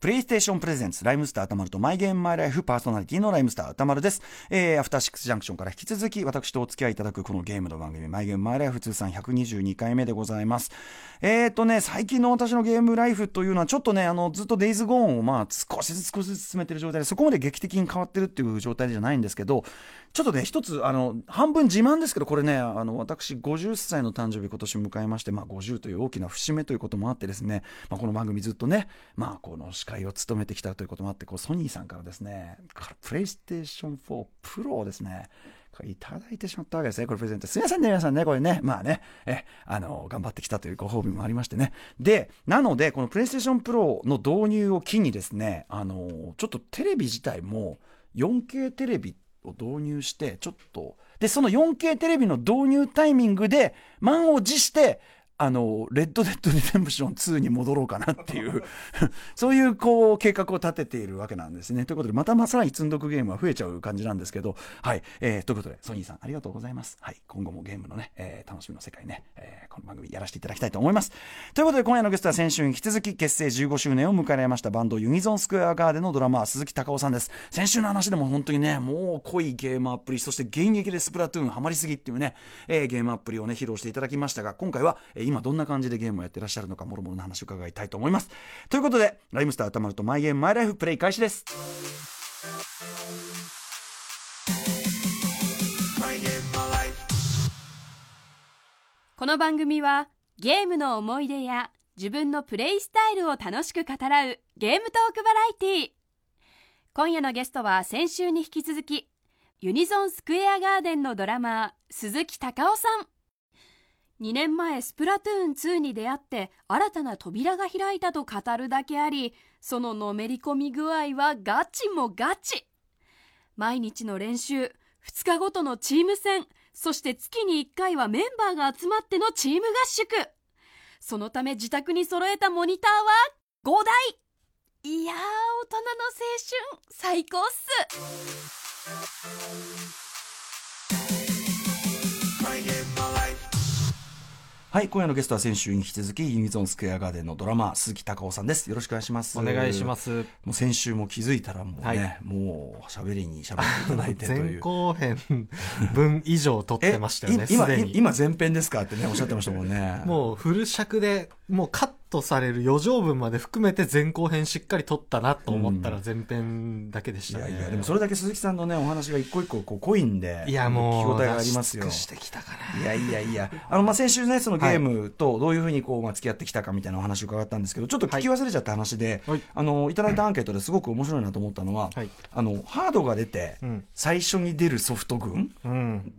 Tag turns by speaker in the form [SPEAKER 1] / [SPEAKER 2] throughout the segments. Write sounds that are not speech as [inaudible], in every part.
[SPEAKER 1] プレイステーションプレゼンツ、ライムスター歌丸とマイゲームマイライフパーソナリティのライムスター歌丸です。えー、アフターシックスジャンクションから引き続き私とお付き合いいただくこのゲームの番組、マイゲームマイライフ通算122回目でございます。えーとね、最近の私のゲームライフというのはちょっとね、あの、ずっとデイズゴーンをまあ少しずつ少しずつ進めてる状態で、そこまで劇的に変わってるっていう状態じゃないんですけど、ちょっとね、一つ、あの、半分自慢ですけど、これね、あの、私50歳の誕生日今年迎えまして、まあ50という大きな節目ということもあってですね、まあこの番組ずっとね、まあこの司会を務めてきたということもあって、こうソニーさんからですね、これプレイステーション4プロをですね、これいただいてしまったわけですね、これプレゼント。すいませんね、皆さんね、これね、まあね、え、あの、頑張ってきたというご褒美もありましてね。で、なので、このプレイステーションプロの導入を機にですね、あの、ちょっとテレビ自体も 4K テレビを導入して、ちょっと、で、その 4K テレビの導入タイミングで、満を持して、あの、レッドデッドリデンプション2に戻ろうかなっていう、 [laughs] そういうこう計画を立てているわけなんですね。ということで、またまあさらに積んどくゲームは増えちゃう感じなんですけど、はい。えーということで、ソニーさんありがとうございます。はい。今後もゲームのね、えー楽しみの世界ね、えーこの番組やらせていただきたいと思います。ということで、今夜のゲストは先週に引き続き結成15周年を迎えられましたバンドユニゾンスクエアガーデンのドラマー鈴木隆夫さんです。先週の話でも本当にね、もう濃いゲームアプリ、そして現役でスプラトゥーンハマりすぎっていうね、えーゲームアプリをね、披露していただきましたが、今回は、えー今どんな感じでゲームをやってらっしゃるのか、もろもろの話を伺いたいと思います。ということで、ライムスター歌丸とマイゲームマイライフプレイ開始です。
[SPEAKER 2] この番組はゲームの思い出や自分のプレイスタイルを楽しく語らうゲームトークバラエティー今夜のゲストは先週に引き続きユニゾンスクエアガーデンのドラマー鈴木隆夫さん2年前スプラトゥーン2に出会って新たな扉が開いたと語るだけありそののめり込み具合はガチもガチ毎日の練習2日ごとのチーム戦そして月に1回はメンバーが集まってのチーム合宿そのため自宅に揃えたモニターは5台いやー大人の青春最高っす
[SPEAKER 1] はい、今夜のゲストは先週に引き続き、ユニゾンスクエアガーデンのドラマー、鈴木隆夫さんです。よろしくお願いします。。
[SPEAKER 3] お願いしますす。
[SPEAKER 1] もう先週も気づいたらもうね、
[SPEAKER 3] はい
[SPEAKER 1] もう喋りに喋っていただいてとい
[SPEAKER 3] 前 [laughs]
[SPEAKER 1] う。
[SPEAKER 3] 後編分以上撮ってましたよね、
[SPEAKER 1] い
[SPEAKER 3] す
[SPEAKER 1] 今
[SPEAKER 3] で
[SPEAKER 1] い
[SPEAKER 3] に。。
[SPEAKER 1] 今前編ですかってね、おっしゃってましたもんね
[SPEAKER 3] [laughs] もうフル尺で、もうカットされる余剰分まで含めて前後編しっかり撮ったなと思ったら前編だけでし
[SPEAKER 1] い
[SPEAKER 3] た
[SPEAKER 1] や
[SPEAKER 3] ね。
[SPEAKER 1] いや、でもそれだけ鈴木さんのね、お話が一個一個こう濃いんで、
[SPEAKER 3] いやもう、
[SPEAKER 1] 聞き応えがありますよ
[SPEAKER 3] 出。し尽くしてきたか
[SPEAKER 1] いやいやいや、あの、まあ、先週ね、そのゲームとどういうふうにこう、まあ、付き合ってきたかみたいなお話を伺ったんですけど、ちょっと聞き忘れちゃった話で、
[SPEAKER 3] はい
[SPEAKER 1] あの、いただいたアンケートですごく面白いなと思ったのは、
[SPEAKER 3] はい
[SPEAKER 1] あの、ハードが出て、
[SPEAKER 3] うん
[SPEAKER 1] 最初に出るソフト群
[SPEAKER 3] な。うん。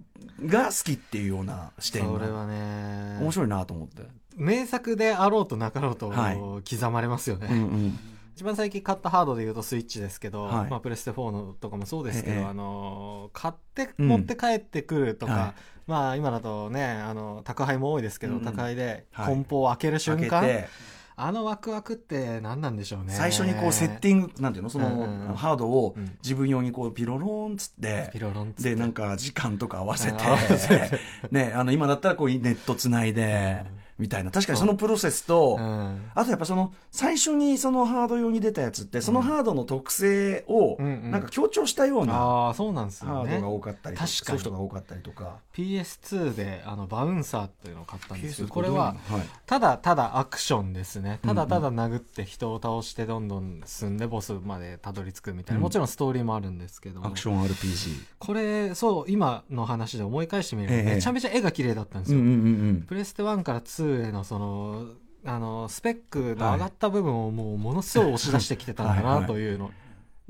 [SPEAKER 1] が好きっていうような視
[SPEAKER 3] そ
[SPEAKER 1] 点
[SPEAKER 3] れ
[SPEAKER 1] が、
[SPEAKER 3] はね、
[SPEAKER 1] 面白いなと思って。
[SPEAKER 3] 名作であろうとなかろうと
[SPEAKER 1] はい
[SPEAKER 3] 刻まれますよね。
[SPEAKER 1] うんうん。
[SPEAKER 3] 一番最近買ったハードで言うとスイッチですけど、
[SPEAKER 1] はい
[SPEAKER 3] まあ、プレステ4のとかもそうですけど、
[SPEAKER 1] ええ
[SPEAKER 3] あのー買って
[SPEAKER 1] うん
[SPEAKER 3] 持って帰ってくるとか、
[SPEAKER 1] は
[SPEAKER 3] まあ今だとねあの宅配も多いですけど、
[SPEAKER 1] うんうん
[SPEAKER 3] 宅配で
[SPEAKER 1] はい
[SPEAKER 3] 梱包を開ける瞬間、
[SPEAKER 1] 開けて、
[SPEAKER 3] あのワクワクって何なんでしょうね
[SPEAKER 1] 最初にこう、セッテ
[SPEAKER 3] ィン
[SPEAKER 1] ィング、なんていうの、その、
[SPEAKER 3] うんうんうん
[SPEAKER 1] ハードを
[SPEAKER 3] うん
[SPEAKER 1] 自分用にこう、ピロローンっつって、
[SPEAKER 3] ピロロンっつって
[SPEAKER 1] で、なんか時間とか合わせて
[SPEAKER 3] 合わせて、
[SPEAKER 1] [laughs] ね、あの、今だったらこうネットつないで、みたいな。確かにそのプロセスと、
[SPEAKER 3] うん
[SPEAKER 1] あとやっぱその、最初にそのハード用に出たやつって、そのハードの特性を、
[SPEAKER 3] うんうん
[SPEAKER 1] なんか強調したような
[SPEAKER 3] ああそうなんです
[SPEAKER 1] ハ
[SPEAKER 3] よ
[SPEAKER 1] ード
[SPEAKER 3] ね
[SPEAKER 1] が多かったりとか、
[SPEAKER 3] 確か
[SPEAKER 1] ソ
[SPEAKER 3] に
[SPEAKER 1] フトが多かったりとか。
[SPEAKER 3] PS2 であのバウンサーっていうのを買ったんですけどこれ
[SPEAKER 1] う
[SPEAKER 3] は
[SPEAKER 1] ん、はい
[SPEAKER 3] ただただアクションですね
[SPEAKER 1] うんう
[SPEAKER 3] た
[SPEAKER 1] ん
[SPEAKER 3] だただ殴って人を倒してどんどん進んでボスまでたどり着くみたいな、
[SPEAKER 1] うん
[SPEAKER 3] もちろんストーリーもあるんですけども
[SPEAKER 1] アクション RPG。
[SPEAKER 3] これそう今の話で思い返してみると
[SPEAKER 1] ええ
[SPEAKER 3] めちゃめちゃ絵が綺麗だったんです
[SPEAKER 1] うん
[SPEAKER 3] よ、
[SPEAKER 1] うんうん
[SPEAKER 3] プレステ1から2へのそのあのスペックの上がった部分をもうものすごい押し出してきてたんだ
[SPEAKER 1] はいはい
[SPEAKER 3] なというの、
[SPEAKER 1] うん。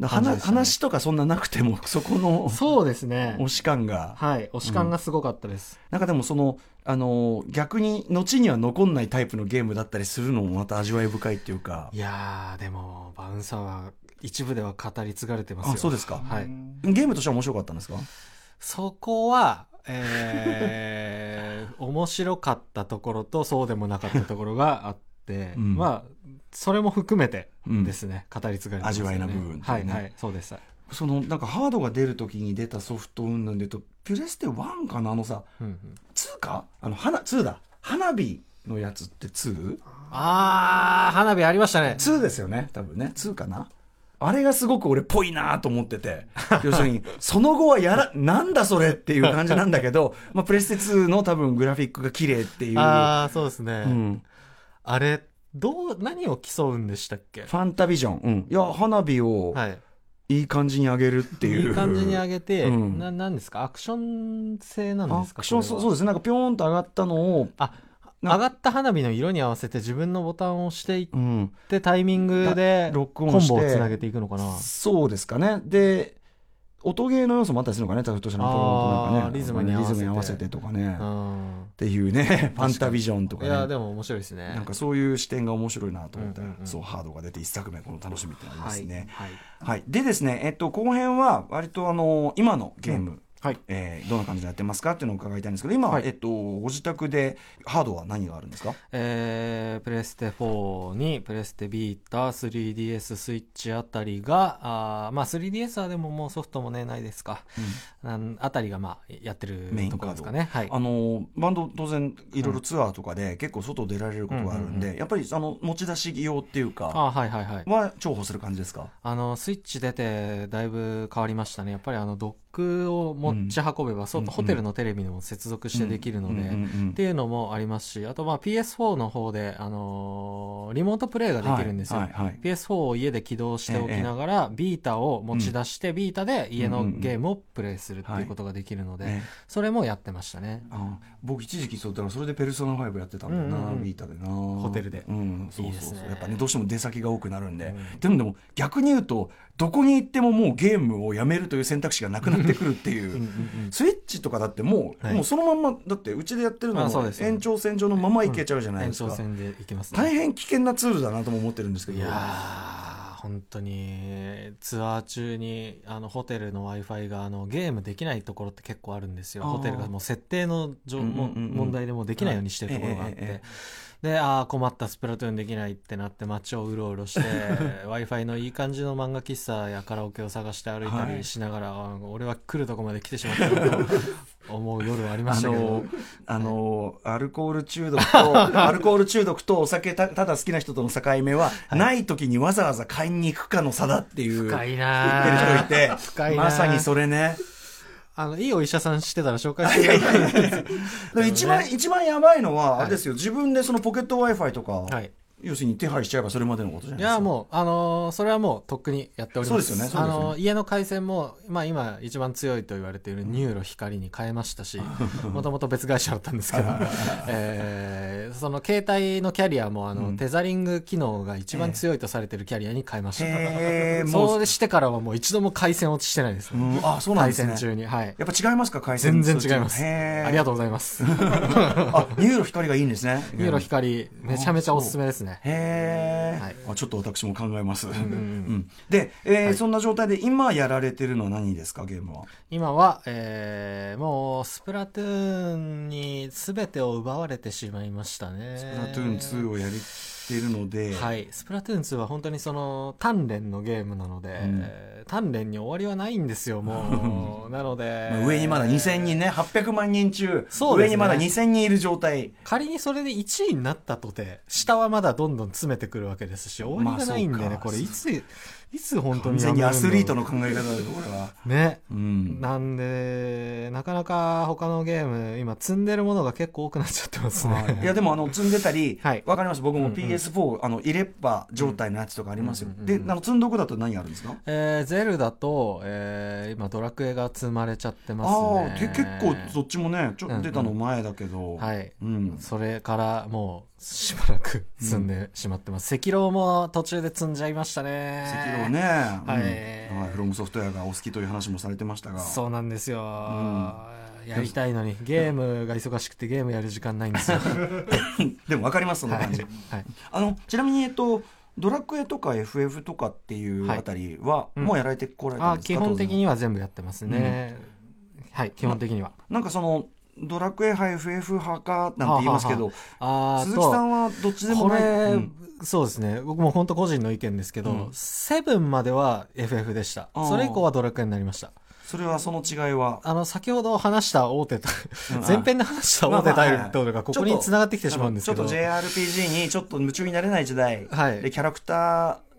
[SPEAKER 3] 感じで
[SPEAKER 1] 話
[SPEAKER 3] したね
[SPEAKER 1] 話とかそんななくても、そこの
[SPEAKER 3] そうですね
[SPEAKER 1] 推し感が。
[SPEAKER 3] はい押し感がすごかったです、
[SPEAKER 1] なんかでもその、あの、逆に後には残んないタイプのゲームだったりするのもまた味わい深いっていうか。
[SPEAKER 3] いやーでもバウンサーは一部では語り継がれてますよ
[SPEAKER 1] あ、そうですか。
[SPEAKER 3] はい
[SPEAKER 1] ゲームとしては面白かったんですか
[SPEAKER 3] そこは、えー [laughs] 面白かったところとそうでもなかったところがあって、
[SPEAKER 1] うん
[SPEAKER 3] まあそれも含めて
[SPEAKER 1] うん
[SPEAKER 3] ですね、語り継がれてますよ
[SPEAKER 1] 味わ
[SPEAKER 3] ね
[SPEAKER 1] いの部分って
[SPEAKER 3] はいいう
[SPEAKER 1] ね
[SPEAKER 3] はいそうです、
[SPEAKER 1] その、なんかハードが出るときに出たソフト云々で言うと、プレステ1かなあのさ、
[SPEAKER 3] うんうん
[SPEAKER 1] 2かあの、花、2だ。花火のやつって 2?2
[SPEAKER 3] あー、花火ありましたね。
[SPEAKER 1] ですよね多分ね2かなあれがすごく俺っぽいなと思ってて要するにその後はやらなんだそれっていう感じなんだけど、まあ、プレステ2の多分グラフィックが綺麗っていう、
[SPEAKER 3] あー、そうですね。
[SPEAKER 1] うん、
[SPEAKER 3] あれ、どう、何を競うんでしたっけ
[SPEAKER 1] ファンタビジョン、うん、いや花火を
[SPEAKER 3] はい。
[SPEAKER 1] いい感じに上げるっていう、
[SPEAKER 3] いい感じに上げて、
[SPEAKER 1] うん
[SPEAKER 3] な、なんですかアクション性なんです
[SPEAKER 1] ア
[SPEAKER 3] か
[SPEAKER 1] クション
[SPEAKER 3] これ
[SPEAKER 1] そ
[SPEAKER 3] は
[SPEAKER 1] そうですねなんかピョーンと上がったのを、
[SPEAKER 3] あ、
[SPEAKER 1] な
[SPEAKER 3] 上がった花火の色に合わせて自分のボタンを押していっ
[SPEAKER 1] うん、
[SPEAKER 3] てタイミングで
[SPEAKER 1] ロック
[SPEAKER 3] コン
[SPEAKER 1] オンして
[SPEAKER 3] ボをつなげていくのかな
[SPEAKER 1] そうですかね。で、音ゲーの要素もあったりするのかね、タフトシャランポロンとなんか
[SPEAKER 3] あー
[SPEAKER 1] ね、
[SPEAKER 3] リズムに合わせて
[SPEAKER 1] リズムとかね、っ
[SPEAKER 3] うん
[SPEAKER 1] ていうね、フ [laughs] ァンタビジョンとか
[SPEAKER 3] い
[SPEAKER 1] ね。
[SPEAKER 3] やでも面白いですね
[SPEAKER 1] なんかそういう視点が面白いなと思って、
[SPEAKER 3] うんうんうん
[SPEAKER 1] そうハードが出て一作目この楽しみってのありま
[SPEAKER 3] は
[SPEAKER 1] す
[SPEAKER 3] い
[SPEAKER 1] ね、
[SPEAKER 3] はい
[SPEAKER 1] はいでですね、えっと、後編は割とあの今のゲーム、
[SPEAKER 3] はい
[SPEAKER 1] えーどんな感じでやってますかっていうのを伺いたいんですけど今、
[SPEAKER 3] はい
[SPEAKER 1] えっと、ご自宅でハードは何があるんですか
[SPEAKER 3] えープレステ4にプレステビータ 3DS スイッチあたりがあーまあ 3DS はでももうソフトもねないですか、なんあたりがまあやってる
[SPEAKER 1] メイン
[SPEAKER 3] ところですかねはい
[SPEAKER 1] あのバンド当然いろいろツアーとかで結構外出られることがあるんで、
[SPEAKER 3] うんうん
[SPEAKER 1] やっぱりあの持ち出し用っていうか
[SPEAKER 3] あはいはいはい
[SPEAKER 1] は重宝する感じですか
[SPEAKER 3] あのスイッチ出てだいぶ変わりましたねやっぱりあのドックを持ち運べば、そう
[SPEAKER 1] うんうん
[SPEAKER 3] ホテルのテレビにも接続してできるの
[SPEAKER 1] う
[SPEAKER 3] で、
[SPEAKER 1] んうんうん
[SPEAKER 3] っていうのもありますしあとまあ PS4 の方で、あのーリモートプレイができるんですよ、
[SPEAKER 1] はいはいはい
[SPEAKER 3] PS4 を家で起動しておきながら、ビータを持ち出して、ビータで家
[SPEAKER 1] うん
[SPEAKER 3] の
[SPEAKER 1] うんうん
[SPEAKER 3] ゲームをプレイするっていうことができるので、
[SPEAKER 1] ね
[SPEAKER 3] それもやってましたね。
[SPEAKER 1] あの僕一時期そうだからそれで「ペルソナ5」やってたんだよな、
[SPEAKER 3] うんうんうん
[SPEAKER 1] ビータでなホ
[SPEAKER 3] テルで
[SPEAKER 1] うんそうそうそう
[SPEAKER 3] いいですね
[SPEAKER 1] やっぱねどうしても出先が多くなるんで、
[SPEAKER 3] うん
[SPEAKER 1] でもでも逆に言うとどこに行ってももうゲームをやめるという選択肢がなくなってくるっていう。スイッチとかだってもう,、
[SPEAKER 3] はい
[SPEAKER 1] もうそのまんまだってうちでやってるの
[SPEAKER 3] あそう
[SPEAKER 1] も
[SPEAKER 3] です
[SPEAKER 1] 延長線上のままいけちゃうじゃない
[SPEAKER 3] 延
[SPEAKER 1] ですか、
[SPEAKER 3] 長戦でいきます
[SPEAKER 1] 大
[SPEAKER 3] ね。
[SPEAKER 1] 変危険なツールだなとも思ってるんですけ
[SPEAKER 3] い
[SPEAKER 1] ど
[SPEAKER 3] やー本当にツアー中にあのホテルの w i f i があのゲームできないところって結構あるんですよ
[SPEAKER 1] あー
[SPEAKER 3] ホテルがもう設定のじょ、
[SPEAKER 1] うんうんうんうん
[SPEAKER 3] 問題でもうできないようにしてるところがあって、
[SPEAKER 1] はいえええ
[SPEAKER 3] でああ困ったスプラトゥーンできないってなって街をうろう
[SPEAKER 1] [laughs]
[SPEAKER 3] ろして w i f i のいい感じの漫画喫茶やカラオケを探して歩いた
[SPEAKER 1] は
[SPEAKER 3] り
[SPEAKER 1] い
[SPEAKER 3] しながら、あー俺は来るとこまで来てしまったなと思う夜はありま
[SPEAKER 1] あ
[SPEAKER 3] したけど
[SPEAKER 1] [laughs] の。あのアルコール中毒と [laughs] アルコール中毒とお酒たただ好きな人との境目は、ない時にわざわざ買いに行くかの差だっていう
[SPEAKER 3] 深い
[SPEAKER 1] 言ってる人
[SPEAKER 3] な
[SPEAKER 1] がいて
[SPEAKER 3] 深いな
[SPEAKER 1] まさにそれね
[SPEAKER 3] あのいいお医者さんしてたら紹介してくれる
[SPEAKER 1] だから一番、
[SPEAKER 3] ね
[SPEAKER 1] 一番やばいのは、
[SPEAKER 3] い
[SPEAKER 1] あれですよ自分でそのポケット w i f i とか、
[SPEAKER 3] はい
[SPEAKER 1] 要するに手配しちゃえばそれまでのことじゃない
[SPEAKER 3] い
[SPEAKER 1] ですか
[SPEAKER 3] やもう、あのーそれはもうとっくにやっております
[SPEAKER 1] そうですよねそうですよね
[SPEAKER 3] あのー家の回線も、まあ、今一番強いと言われているニューロ光に変え
[SPEAKER 1] [laughs]
[SPEAKER 3] ましたしもともと別会社だったんですけど、 [laughs] えーその携帯のキャリアもあの、
[SPEAKER 1] うん
[SPEAKER 3] テザリング機能が一番強いとされているキャリアに変えました、
[SPEAKER 1] へーも、
[SPEAKER 3] そううしてからはもう一度も回線落ちしてないです、
[SPEAKER 1] うん、あそうなんで
[SPEAKER 3] 回
[SPEAKER 1] す
[SPEAKER 3] 線
[SPEAKER 1] ね
[SPEAKER 3] 中にはい
[SPEAKER 1] やっぱ違いますか回線
[SPEAKER 3] 全然違います
[SPEAKER 1] へ
[SPEAKER 3] ありが
[SPEAKER 1] と
[SPEAKER 3] とうございます
[SPEAKER 1] うあニューロ光がいいんですね
[SPEAKER 3] ニューロ光めちゃめちゃおすすめですね
[SPEAKER 1] へえ、
[SPEAKER 3] はい
[SPEAKER 1] あちょっと私も考えます、うん
[SPEAKER 3] うん
[SPEAKER 1] で、えー
[SPEAKER 3] はい
[SPEAKER 1] そんな状態で今やられてるのは何ですかゲームは
[SPEAKER 3] 今は、えーもうスプラトゥーンに全てを奪われてしまいましたね
[SPEAKER 1] スプラトゥーン2をやってるので、
[SPEAKER 3] はい、スプラトゥーン2は本当にその鍛錬のゲームなので、
[SPEAKER 1] ん
[SPEAKER 3] えー鍛錬に終わりはないんですよ
[SPEAKER 1] [laughs]
[SPEAKER 3] もうなので
[SPEAKER 1] まあ上にまだ2000人ね800万人中、
[SPEAKER 3] そう
[SPEAKER 1] 上
[SPEAKER 3] ですね
[SPEAKER 1] にまだ2000人いる状態
[SPEAKER 3] 仮にそれで1位になったとて下はまだどんどん詰めてくるわけですし終わりがないんでね、
[SPEAKER 1] まあそうか
[SPEAKER 3] これいついつ本当
[SPEAKER 1] 完全に
[SPEAKER 3] にやめるんだろう
[SPEAKER 1] アスリートの考え方だよこれは、
[SPEAKER 3] ね
[SPEAKER 1] うん、
[SPEAKER 3] なんでなかなか他のゲーム今積んでるものが結構多くなっちゃってますね、
[SPEAKER 1] いやでもあの積んでたり、
[SPEAKER 3] はい
[SPEAKER 1] わかります僕も
[SPEAKER 3] うんうん
[SPEAKER 1] PS4、あの入れっぱ状態のやつとかありますよ、
[SPEAKER 3] うんうん
[SPEAKER 1] で
[SPEAKER 3] う
[SPEAKER 1] あ
[SPEAKER 3] ん
[SPEAKER 1] の積んどくだと何あるんですか
[SPEAKER 3] えーゼルだと、えー今ドラクエが積まれちゃってます
[SPEAKER 1] あ
[SPEAKER 3] ね
[SPEAKER 1] あけ結構そっちもねちょ
[SPEAKER 3] うんうん
[SPEAKER 1] 出たの前だけど、
[SPEAKER 3] はい
[SPEAKER 1] うん、
[SPEAKER 3] それからもうしばらく積んでしまってます、赤狼も途中で積んじゃいましたね
[SPEAKER 1] 赤狼ね、
[SPEAKER 3] はい
[SPEAKER 1] うんはい、フロムソフトウェアがお好きという話もされてましたが
[SPEAKER 3] そうなんですよ、
[SPEAKER 1] ん
[SPEAKER 3] やりたいのにゲームが忙しくてゲームやる時間ないんで
[SPEAKER 1] [laughs]
[SPEAKER 3] すよはい、
[SPEAKER 1] でも分かりますその感じ、
[SPEAKER 3] はい
[SPEAKER 1] あのちなみにえっとドラクエとか FF とかっていう
[SPEAKER 3] はい
[SPEAKER 1] あたりは、
[SPEAKER 3] うん
[SPEAKER 1] もうやられてこられた
[SPEAKER 3] あ
[SPEAKER 1] んですか
[SPEAKER 3] 基本的
[SPEAKER 1] 当然
[SPEAKER 3] には全部やってますね、はい基本的には
[SPEAKER 1] なんかそのドラクエ派 FF 派かなんて言いますけど
[SPEAKER 3] あー
[SPEAKER 1] 鈴
[SPEAKER 3] と
[SPEAKER 1] 木さんはどっちでも
[SPEAKER 3] こ
[SPEAKER 1] ない
[SPEAKER 3] れ、
[SPEAKER 1] うん
[SPEAKER 3] そうですね僕も本当個人の意見ですけど、
[SPEAKER 1] うん
[SPEAKER 3] セブンまでは FF でした
[SPEAKER 1] あー
[SPEAKER 3] それ以降はドラクエになりました
[SPEAKER 1] それはその違いは
[SPEAKER 3] あの、先ほど話した大手タイル、
[SPEAKER 1] うん
[SPEAKER 3] 前編で話した大手タイルとがここに繋がってきてしまうんですけど、
[SPEAKER 1] ちょっと JRPG にちょっと夢中になれない時代、
[SPEAKER 3] はい
[SPEAKER 1] でキャラクター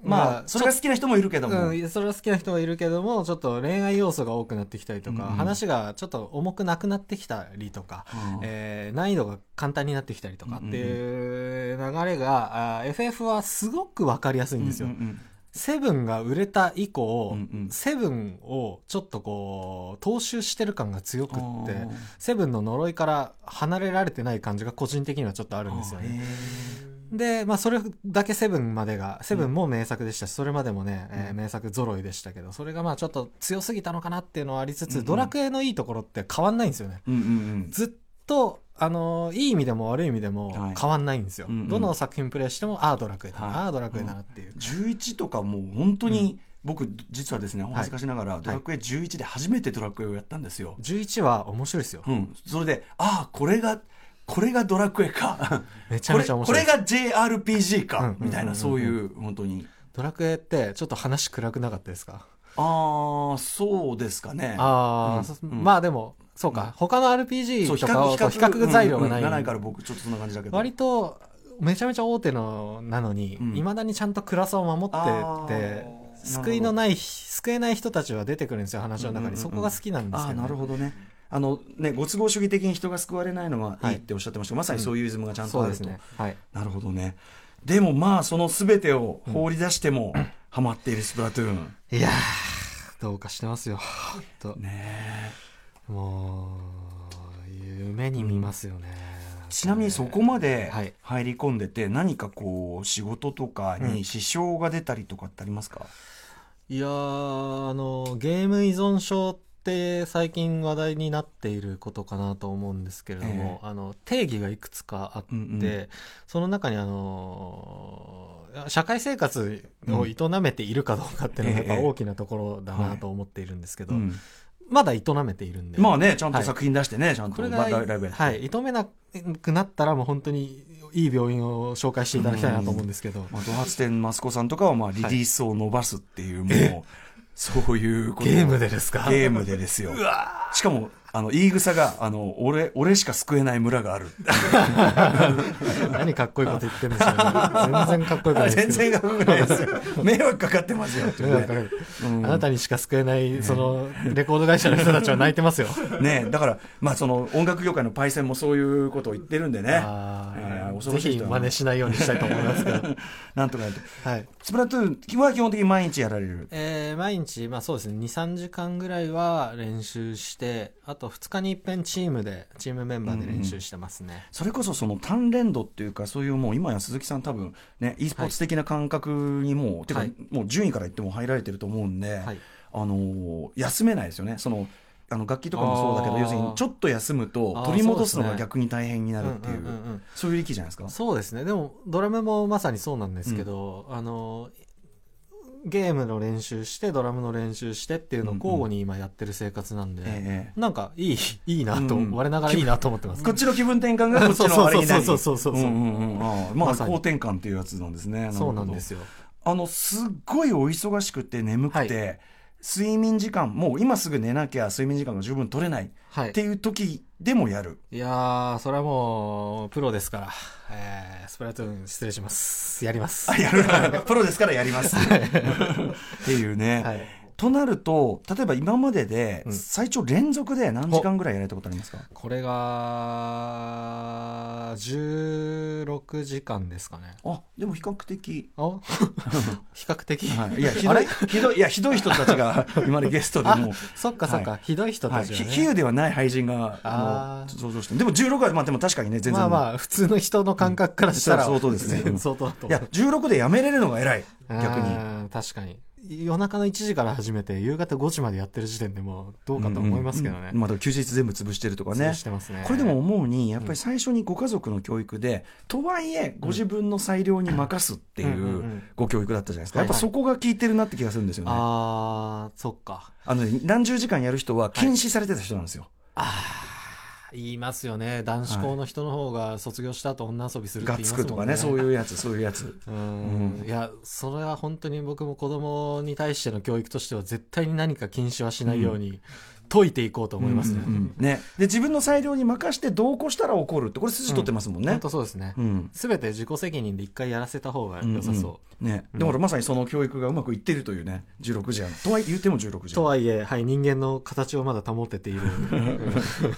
[SPEAKER 3] ま
[SPEAKER 1] まあ
[SPEAKER 3] あ
[SPEAKER 1] それが好きな人もいるけども、
[SPEAKER 3] うん、それは好きな人はいるけどもちょっと恋愛要素が多くなってきたりとか、
[SPEAKER 1] うん
[SPEAKER 3] 話がちょっと重くなくなってきたりとか、
[SPEAKER 1] うん
[SPEAKER 3] えー難易度が簡単になってきたりとかっていう流れが、あー FF はすごく分かりやすいんですよ。
[SPEAKER 1] うんうんうん
[SPEAKER 3] セブンが売れた以降、
[SPEAKER 1] うんうん
[SPEAKER 3] セブンをちょっとこう踏襲してる感が強くっ
[SPEAKER 1] あ
[SPEAKER 3] て
[SPEAKER 1] ー
[SPEAKER 3] セブンの呪いから離れられてない感じが個人的にはちょっとあるんですよね。で、まあ、それだけセブンまでが、セブンも名作でしたし、それまでもね、えー名作揃いでしたけど、それがまあ、ちょっと強すぎたのかなっていうのはありつつ、
[SPEAKER 1] うんうん
[SPEAKER 3] ドラクエのいいところって変わんないんですよね。
[SPEAKER 1] うんうん
[SPEAKER 3] ずっと、あのーいい意味でも悪い意味で
[SPEAKER 1] は
[SPEAKER 3] も
[SPEAKER 1] い
[SPEAKER 3] 変わんないんですよ。
[SPEAKER 1] うんうん
[SPEAKER 3] どの作品プレイしても、ああ、ドラクエだな、
[SPEAKER 1] はい
[SPEAKER 3] ああ、ドラクエだなっていう
[SPEAKER 1] うん、。11とかもう本当に、僕実はですねお恥ずかしながら、ドラクエ11で初めてドラクエをやったんですよ、
[SPEAKER 3] 11は面白いですよ。
[SPEAKER 1] うん、それでああこれがこれがドラクエか
[SPEAKER 3] めちゃ
[SPEAKER 1] こ
[SPEAKER 3] め
[SPEAKER 1] れ
[SPEAKER 3] ちゃ
[SPEAKER 1] こ
[SPEAKER 3] 面白い
[SPEAKER 1] れ
[SPEAKER 3] です。
[SPEAKER 1] が JRPG
[SPEAKER 3] うんうん
[SPEAKER 1] か
[SPEAKER 3] うんうん
[SPEAKER 1] みたいなそういう本当に
[SPEAKER 3] ドラクエって、ちょっと話暗くなかったですか
[SPEAKER 1] ああそうですかね
[SPEAKER 3] ああ、
[SPEAKER 1] うんうん
[SPEAKER 3] まあでも、そうか、他の
[SPEAKER 1] そう
[SPEAKER 3] RPG とかをそう比較材料がない。
[SPEAKER 1] うんうんないから僕ちょっとそんな感じだけど
[SPEAKER 3] 割とめちゃめちゃ大手のなのに
[SPEAKER 1] うん
[SPEAKER 3] いま、未だにちゃんと暗さを守
[SPEAKER 1] あ
[SPEAKER 3] ってって
[SPEAKER 1] ー
[SPEAKER 3] 救いのない救えない人たちは出てくるんですよ話の中に、
[SPEAKER 1] うんうんうん
[SPEAKER 3] そこが好きなんです
[SPEAKER 1] あ
[SPEAKER 3] け
[SPEAKER 1] あ
[SPEAKER 3] ど、ね、
[SPEAKER 1] なるほどねあのねご都合主義的に人が救われないのがいいっておっしゃってましたけど、まさにそういうイズムがちゃんと
[SPEAKER 3] そう
[SPEAKER 1] あ
[SPEAKER 3] で
[SPEAKER 1] る
[SPEAKER 3] す
[SPEAKER 1] と、
[SPEAKER 3] ねはい
[SPEAKER 1] なるほどねでもまあその全てを放り出しても、ハマっているスプラトゥーン
[SPEAKER 3] いやーどうかしてますよほんと
[SPEAKER 1] ね
[SPEAKER 3] もう夢に見ますよね、
[SPEAKER 1] ちなみにそこまで
[SPEAKER 3] はい
[SPEAKER 1] 入り込んでて、何かこう仕事とかに支障が出たりとかってありますか、
[SPEAKER 3] いやーあのゲーム依存症って最近話題になっていることかなと思うんですけれども、あの定義がいくつかあって、
[SPEAKER 1] うんうん
[SPEAKER 3] その中にあのー社会生活を営めているかどうかっていうのがやっぱ大きなところだなと思っているんですけど、
[SPEAKER 1] うん
[SPEAKER 3] まだ営めているんで、
[SPEAKER 1] まあねちゃん
[SPEAKER 3] は
[SPEAKER 1] と
[SPEAKER 3] い
[SPEAKER 1] 作品出してね、ちゃんと
[SPEAKER 3] これが、
[SPEAKER 1] まあライライブやって、
[SPEAKER 3] はい、営めなくなったらもう本当にいい病院を紹介していただきたいなと思うんですけど、
[SPEAKER 1] まあ、ドハツテンマスコさんとかはまあリリースを伸ばすっていう、もう、そういうことを
[SPEAKER 3] ゲームでですか
[SPEAKER 1] ゲームでですよ。しかも、あの、言い草が、あの、俺、俺しか救えない村がある。
[SPEAKER 3] 何かっこいいこと言ってるんですか、
[SPEAKER 1] [laughs]
[SPEAKER 3] ね、全然かっこよくないですけ
[SPEAKER 1] 全
[SPEAKER 3] ど
[SPEAKER 1] 然かっこよくないですよ。
[SPEAKER 3] [laughs]
[SPEAKER 1] 迷惑かかってますよ、っていうねうん
[SPEAKER 3] あなたにしか救えない、その、レコード会社の人たちは泣いてますよ。
[SPEAKER 1] [laughs] ねだから、まあ、その、音楽業界のパイセンもそういうことを言ってるんでね。
[SPEAKER 3] あ
[SPEAKER 1] えー
[SPEAKER 3] ー
[SPEAKER 1] 恐
[SPEAKER 3] ぜ
[SPEAKER 1] ろしい
[SPEAKER 3] ひ
[SPEAKER 1] 人だ
[SPEAKER 3] 真
[SPEAKER 1] な
[SPEAKER 3] 似しないようにしたいと思いますけど。
[SPEAKER 1] [laughs] なんとかやって。
[SPEAKER 3] はい。
[SPEAKER 1] スプラトゥーンは基本的に毎日やられる。
[SPEAKER 3] えー毎日、まあそうですね、2、3時間ぐらいは練習して、あと2日に一遍チームで、チームメンバーで練習してますね。
[SPEAKER 1] それこそその鍛錬度っていうか、そういうもう今や鈴木さん多分ね、e スポーツ的な感覚にもう、てか
[SPEAKER 3] はい
[SPEAKER 1] もう順位から言っても入られてると思うんで、
[SPEAKER 3] はい
[SPEAKER 1] あのー休めないですよね。そのあの楽器とかもそうだけど
[SPEAKER 3] あー
[SPEAKER 1] 要するにちょっと休むと
[SPEAKER 3] あー
[SPEAKER 1] 取り戻すの
[SPEAKER 3] そ
[SPEAKER 1] が
[SPEAKER 3] うですね
[SPEAKER 1] 逆に大変になるっていう
[SPEAKER 3] うんうんうんうん
[SPEAKER 1] そういう力じゃないですか
[SPEAKER 3] そうですね、でもドラムもまさにそうなんですけど、あの、ゲームの練習して、ドラムの練習してっていうのを交互に今やってる生活なんで、
[SPEAKER 1] ええ
[SPEAKER 3] なんかい [laughs] い、いいなと、
[SPEAKER 1] うん
[SPEAKER 3] 我ながらいいなと思ってます。
[SPEAKER 1] こっちの気分転換がこっちのあれになり
[SPEAKER 3] そうそうそうそうそうそう
[SPEAKER 1] うんうんうんあーまあ
[SPEAKER 3] まさに
[SPEAKER 1] 好転換っていうやつなんですね
[SPEAKER 3] そうなんです
[SPEAKER 1] よ
[SPEAKER 3] よ。
[SPEAKER 1] あのすっごいお忙しくて眠くて、睡眠時間もう今すぐ寝なきゃ睡眠時間が十分取れない
[SPEAKER 3] はい
[SPEAKER 1] って。いう時でもや
[SPEAKER 3] [laughs]
[SPEAKER 1] る、
[SPEAKER 3] いやー、それはもう、プロですから、えー、スプラトゥーン失礼します。やります。
[SPEAKER 1] あやる [laughs] プロですからやりますっていうね、
[SPEAKER 3] はい
[SPEAKER 1] となると例えば今までで
[SPEAKER 3] うん
[SPEAKER 1] 最長連続で何時間ぐらいやられたことありますか、
[SPEAKER 3] これが、16時間ですかね。
[SPEAKER 1] あでも比較的、
[SPEAKER 3] [laughs] あ比較的。 [laughs]
[SPEAKER 1] はい、いやひどいひどいいやひどい人たちが今までゲストで
[SPEAKER 3] あ
[SPEAKER 1] もう、
[SPEAKER 3] そっかそっか、
[SPEAKER 1] は
[SPEAKER 3] ひどい人
[SPEAKER 1] は
[SPEAKER 3] た
[SPEAKER 1] い、
[SPEAKER 3] ち
[SPEAKER 1] ひ
[SPEAKER 3] が、ね。
[SPEAKER 1] 比喩ではない廃人があ
[SPEAKER 3] あ
[SPEAKER 1] の
[SPEAKER 3] ー
[SPEAKER 1] 想像してでも16はまあでも確かにね全然
[SPEAKER 3] まあまあ、普通の人の感覚からしたら、
[SPEAKER 1] うんそう相当ですね
[SPEAKER 3] 全然相当だと
[SPEAKER 1] いや
[SPEAKER 3] 思う。
[SPEAKER 1] 16でやめれるのが偉い逆に
[SPEAKER 3] に。確かに。夜中の1時から始めて、夕方5時までやってる時点でもう、どうかと思いますけどね。
[SPEAKER 1] うんうんまあ、でも休日全部潰してるとかね
[SPEAKER 3] 潰してますね
[SPEAKER 1] これでも思うにやっぱり最初にご家族の教育で、とはいえご自分の裁量に任すってい
[SPEAKER 3] うんうんう
[SPEAKER 1] うんご教育だったじゃないですか、
[SPEAKER 3] はいは
[SPEAKER 1] やっ
[SPEAKER 3] い
[SPEAKER 1] ぱそこが効いてるなって気がするんですよね、
[SPEAKER 3] ああ、そっか。
[SPEAKER 1] あのね何十時間やる人は禁止されてた人なんですよ、
[SPEAKER 3] ああ、言いますよね男子校の人の方が卒業した後女遊びするって
[SPEAKER 1] がっ
[SPEAKER 3] 言い
[SPEAKER 1] つ
[SPEAKER 3] ますもん
[SPEAKER 1] くとかねそういうやつそういうやつ
[SPEAKER 3] うんいやそれは本当に僕も子供に対しての教育としては絶対に何か禁止はしないように解いていこうと思いますね。
[SPEAKER 1] うんね、で自分の裁量に任して同行したら怒るってこれ筋取ってますもんね
[SPEAKER 3] 本。当そうですね。
[SPEAKER 1] うん
[SPEAKER 3] すべて自己責任で一回やらせた方が良さそう。
[SPEAKER 1] うんね、だからまさにその教育がうまくいってるというね16時やとは言っても16時
[SPEAKER 3] とはいえ、はい、人間の形をまだ保て
[SPEAKER 1] [laughs]
[SPEAKER 3] ている、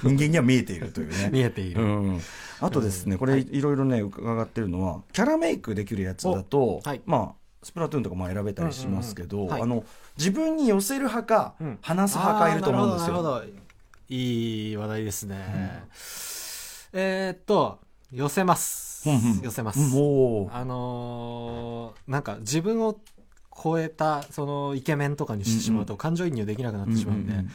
[SPEAKER 1] 人間には見えているというね
[SPEAKER 3] 見えている。
[SPEAKER 1] うん、あとですね、これいろいろね伺ってるのはキャラメイクできるやつだと、
[SPEAKER 3] おはい
[SPEAKER 1] まあスプラトゥーンとかも選べたりしますけど、
[SPEAKER 3] うんうんうんはい
[SPEAKER 1] あの自分に寄せる派か、
[SPEAKER 3] うん
[SPEAKER 1] 話す派かいると思うんです
[SPEAKER 3] あーなる
[SPEAKER 1] よ。
[SPEAKER 3] ほどなるほどいい話題ですね。えーっと、寄せます。
[SPEAKER 1] うんうん
[SPEAKER 3] 寄せます。
[SPEAKER 1] うんおー
[SPEAKER 3] あのーなんか自分を超えたそのイケメンとかにしてしまうと感情移入できなくなってしまうんで、
[SPEAKER 1] うんうん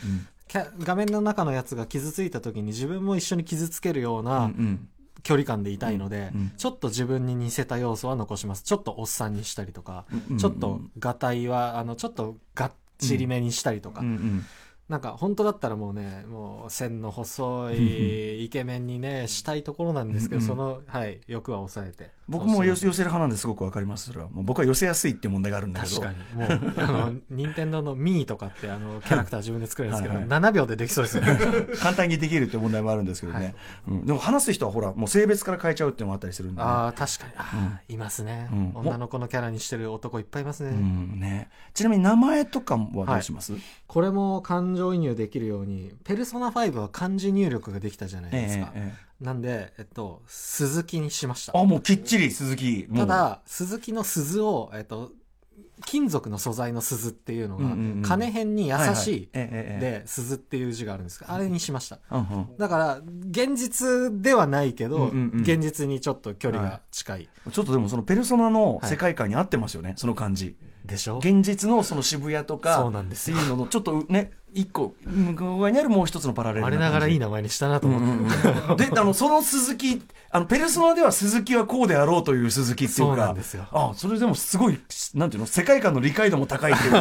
[SPEAKER 3] キャ画面の中のやつが傷ついた時に自分も一緒に傷つけるよう
[SPEAKER 1] うん
[SPEAKER 3] な
[SPEAKER 1] うん
[SPEAKER 3] 距離感でいたいので、
[SPEAKER 1] うんうん
[SPEAKER 3] ちょっと自分に似せた要素は残しますちょっとおっさんにしたりとか、
[SPEAKER 1] うん
[SPEAKER 3] ちょっとがたいはあのちょっとがっちりめにしたりとか、
[SPEAKER 1] うんうん
[SPEAKER 3] なんか本当だったらもうねもう線の細いイケメンにねしたいところなんですけ
[SPEAKER 1] う
[SPEAKER 3] ど、
[SPEAKER 1] んうん
[SPEAKER 3] その、はい、欲は抑えて
[SPEAKER 1] 僕も寄せ
[SPEAKER 3] そう
[SPEAKER 1] 寄せる派なんですごくわかりますそれはもう僕は寄せやすいって問題があるんだけど
[SPEAKER 3] 確かに。もう、あの、
[SPEAKER 1] [laughs]
[SPEAKER 3] 任天堂のミーとかって、あの、キャラクター自分で作れるんですけど、
[SPEAKER 1] はいはい
[SPEAKER 3] 7秒でできそうですよね。
[SPEAKER 1] 簡単にできるって問題もあるんですけどね、うん、でも話す人はほらもう性別から変えちゃうっていうのもあったりするんでね、
[SPEAKER 3] ああ、確かに。あーいますね、
[SPEAKER 1] うん
[SPEAKER 3] 女の子のキャラにしてる男いっぱいいますね。
[SPEAKER 1] うんね、ちなみに名前とかはどうします、
[SPEAKER 3] これも感情移入できるように、ペルソナ5は漢字入力ができたじゃないですか。
[SPEAKER 1] え
[SPEAKER 3] なんで、えっと、鈴木にしました。
[SPEAKER 1] あもうきっちり鈴木も
[SPEAKER 3] た
[SPEAKER 1] う
[SPEAKER 3] だ、鈴木の鈴を、えっと、金属の素材の鈴っていうのが、
[SPEAKER 1] うんうんうん
[SPEAKER 3] 金辺に優
[SPEAKER 1] はいはい
[SPEAKER 3] しい、
[SPEAKER 1] ええええ
[SPEAKER 3] で、鈴っていう字があるんですけど、あれにしました。
[SPEAKER 1] うんうん
[SPEAKER 3] だから、現実ではないけど、
[SPEAKER 1] うんうんうん
[SPEAKER 3] 現実にちょっと距離が近い。
[SPEAKER 1] ちょっとでもそのペルソナの世界観に合ってますよね、その感じ
[SPEAKER 3] でしょ
[SPEAKER 1] 現実のその渋谷とか
[SPEAKER 3] そうなんですよ
[SPEAKER 1] っていうののちょっとね一個向こう側にあるもう一つのパラレル
[SPEAKER 3] 我
[SPEAKER 1] 感じ
[SPEAKER 3] ながらいい名前にしたなと思って。
[SPEAKER 1] であのその鈴木あのペルソナでは鈴木はこうであろうという鈴木っていうか
[SPEAKER 3] そうなんですよ
[SPEAKER 1] あそれでもすごいなんていうの世界観の理解度も高いっていう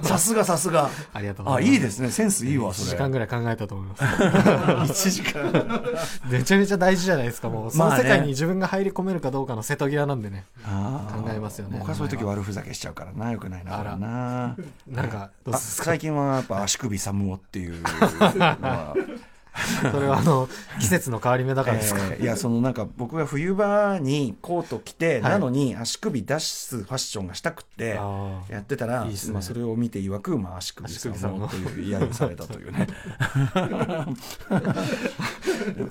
[SPEAKER 1] か
[SPEAKER 3] [laughs]
[SPEAKER 1] さすがさすが
[SPEAKER 3] ありがとうござ
[SPEAKER 1] あ
[SPEAKER 3] います。
[SPEAKER 1] いいですねセンスいいわ
[SPEAKER 3] 1
[SPEAKER 1] そ
[SPEAKER 3] 時
[SPEAKER 1] れ
[SPEAKER 3] 間ぐらい考えたと思います。
[SPEAKER 1] [laughs] 1時間
[SPEAKER 3] めちゃめちゃ大事じゃないですか、もう。
[SPEAKER 1] [laughs]
[SPEAKER 3] そ
[SPEAKER 1] まあ
[SPEAKER 3] の
[SPEAKER 1] ね
[SPEAKER 3] 世界に自分が入り込めるかどうかの瀬戸際なんでね。
[SPEAKER 1] 考
[SPEAKER 3] [laughs] 考えますよね
[SPEAKER 1] 僕はそういう時悪ふざけしちゃうからなよくないな
[SPEAKER 3] あら
[SPEAKER 1] これな
[SPEAKER 3] なんか、どう
[SPEAKER 1] あ
[SPEAKER 3] ですか
[SPEAKER 1] 最近はやっぱ足首寒おっていうの
[SPEAKER 3] [laughs]
[SPEAKER 1] は
[SPEAKER 3] それはあの、季節の変わり目だからですか。
[SPEAKER 1] えーいやそのなんか僕が冬場にコート着て、
[SPEAKER 3] はい
[SPEAKER 1] なのに足首出すファッションがしたくて
[SPEAKER 3] あー
[SPEAKER 1] やってたら
[SPEAKER 3] いいっすね
[SPEAKER 1] まあ、それを見ていわく、まあ、足首
[SPEAKER 3] 足首
[SPEAKER 1] 寒
[SPEAKER 3] 寒
[SPEAKER 1] お
[SPEAKER 3] 男
[SPEAKER 1] っていう嫌にされたという
[SPEAKER 3] [laughs]
[SPEAKER 1] ね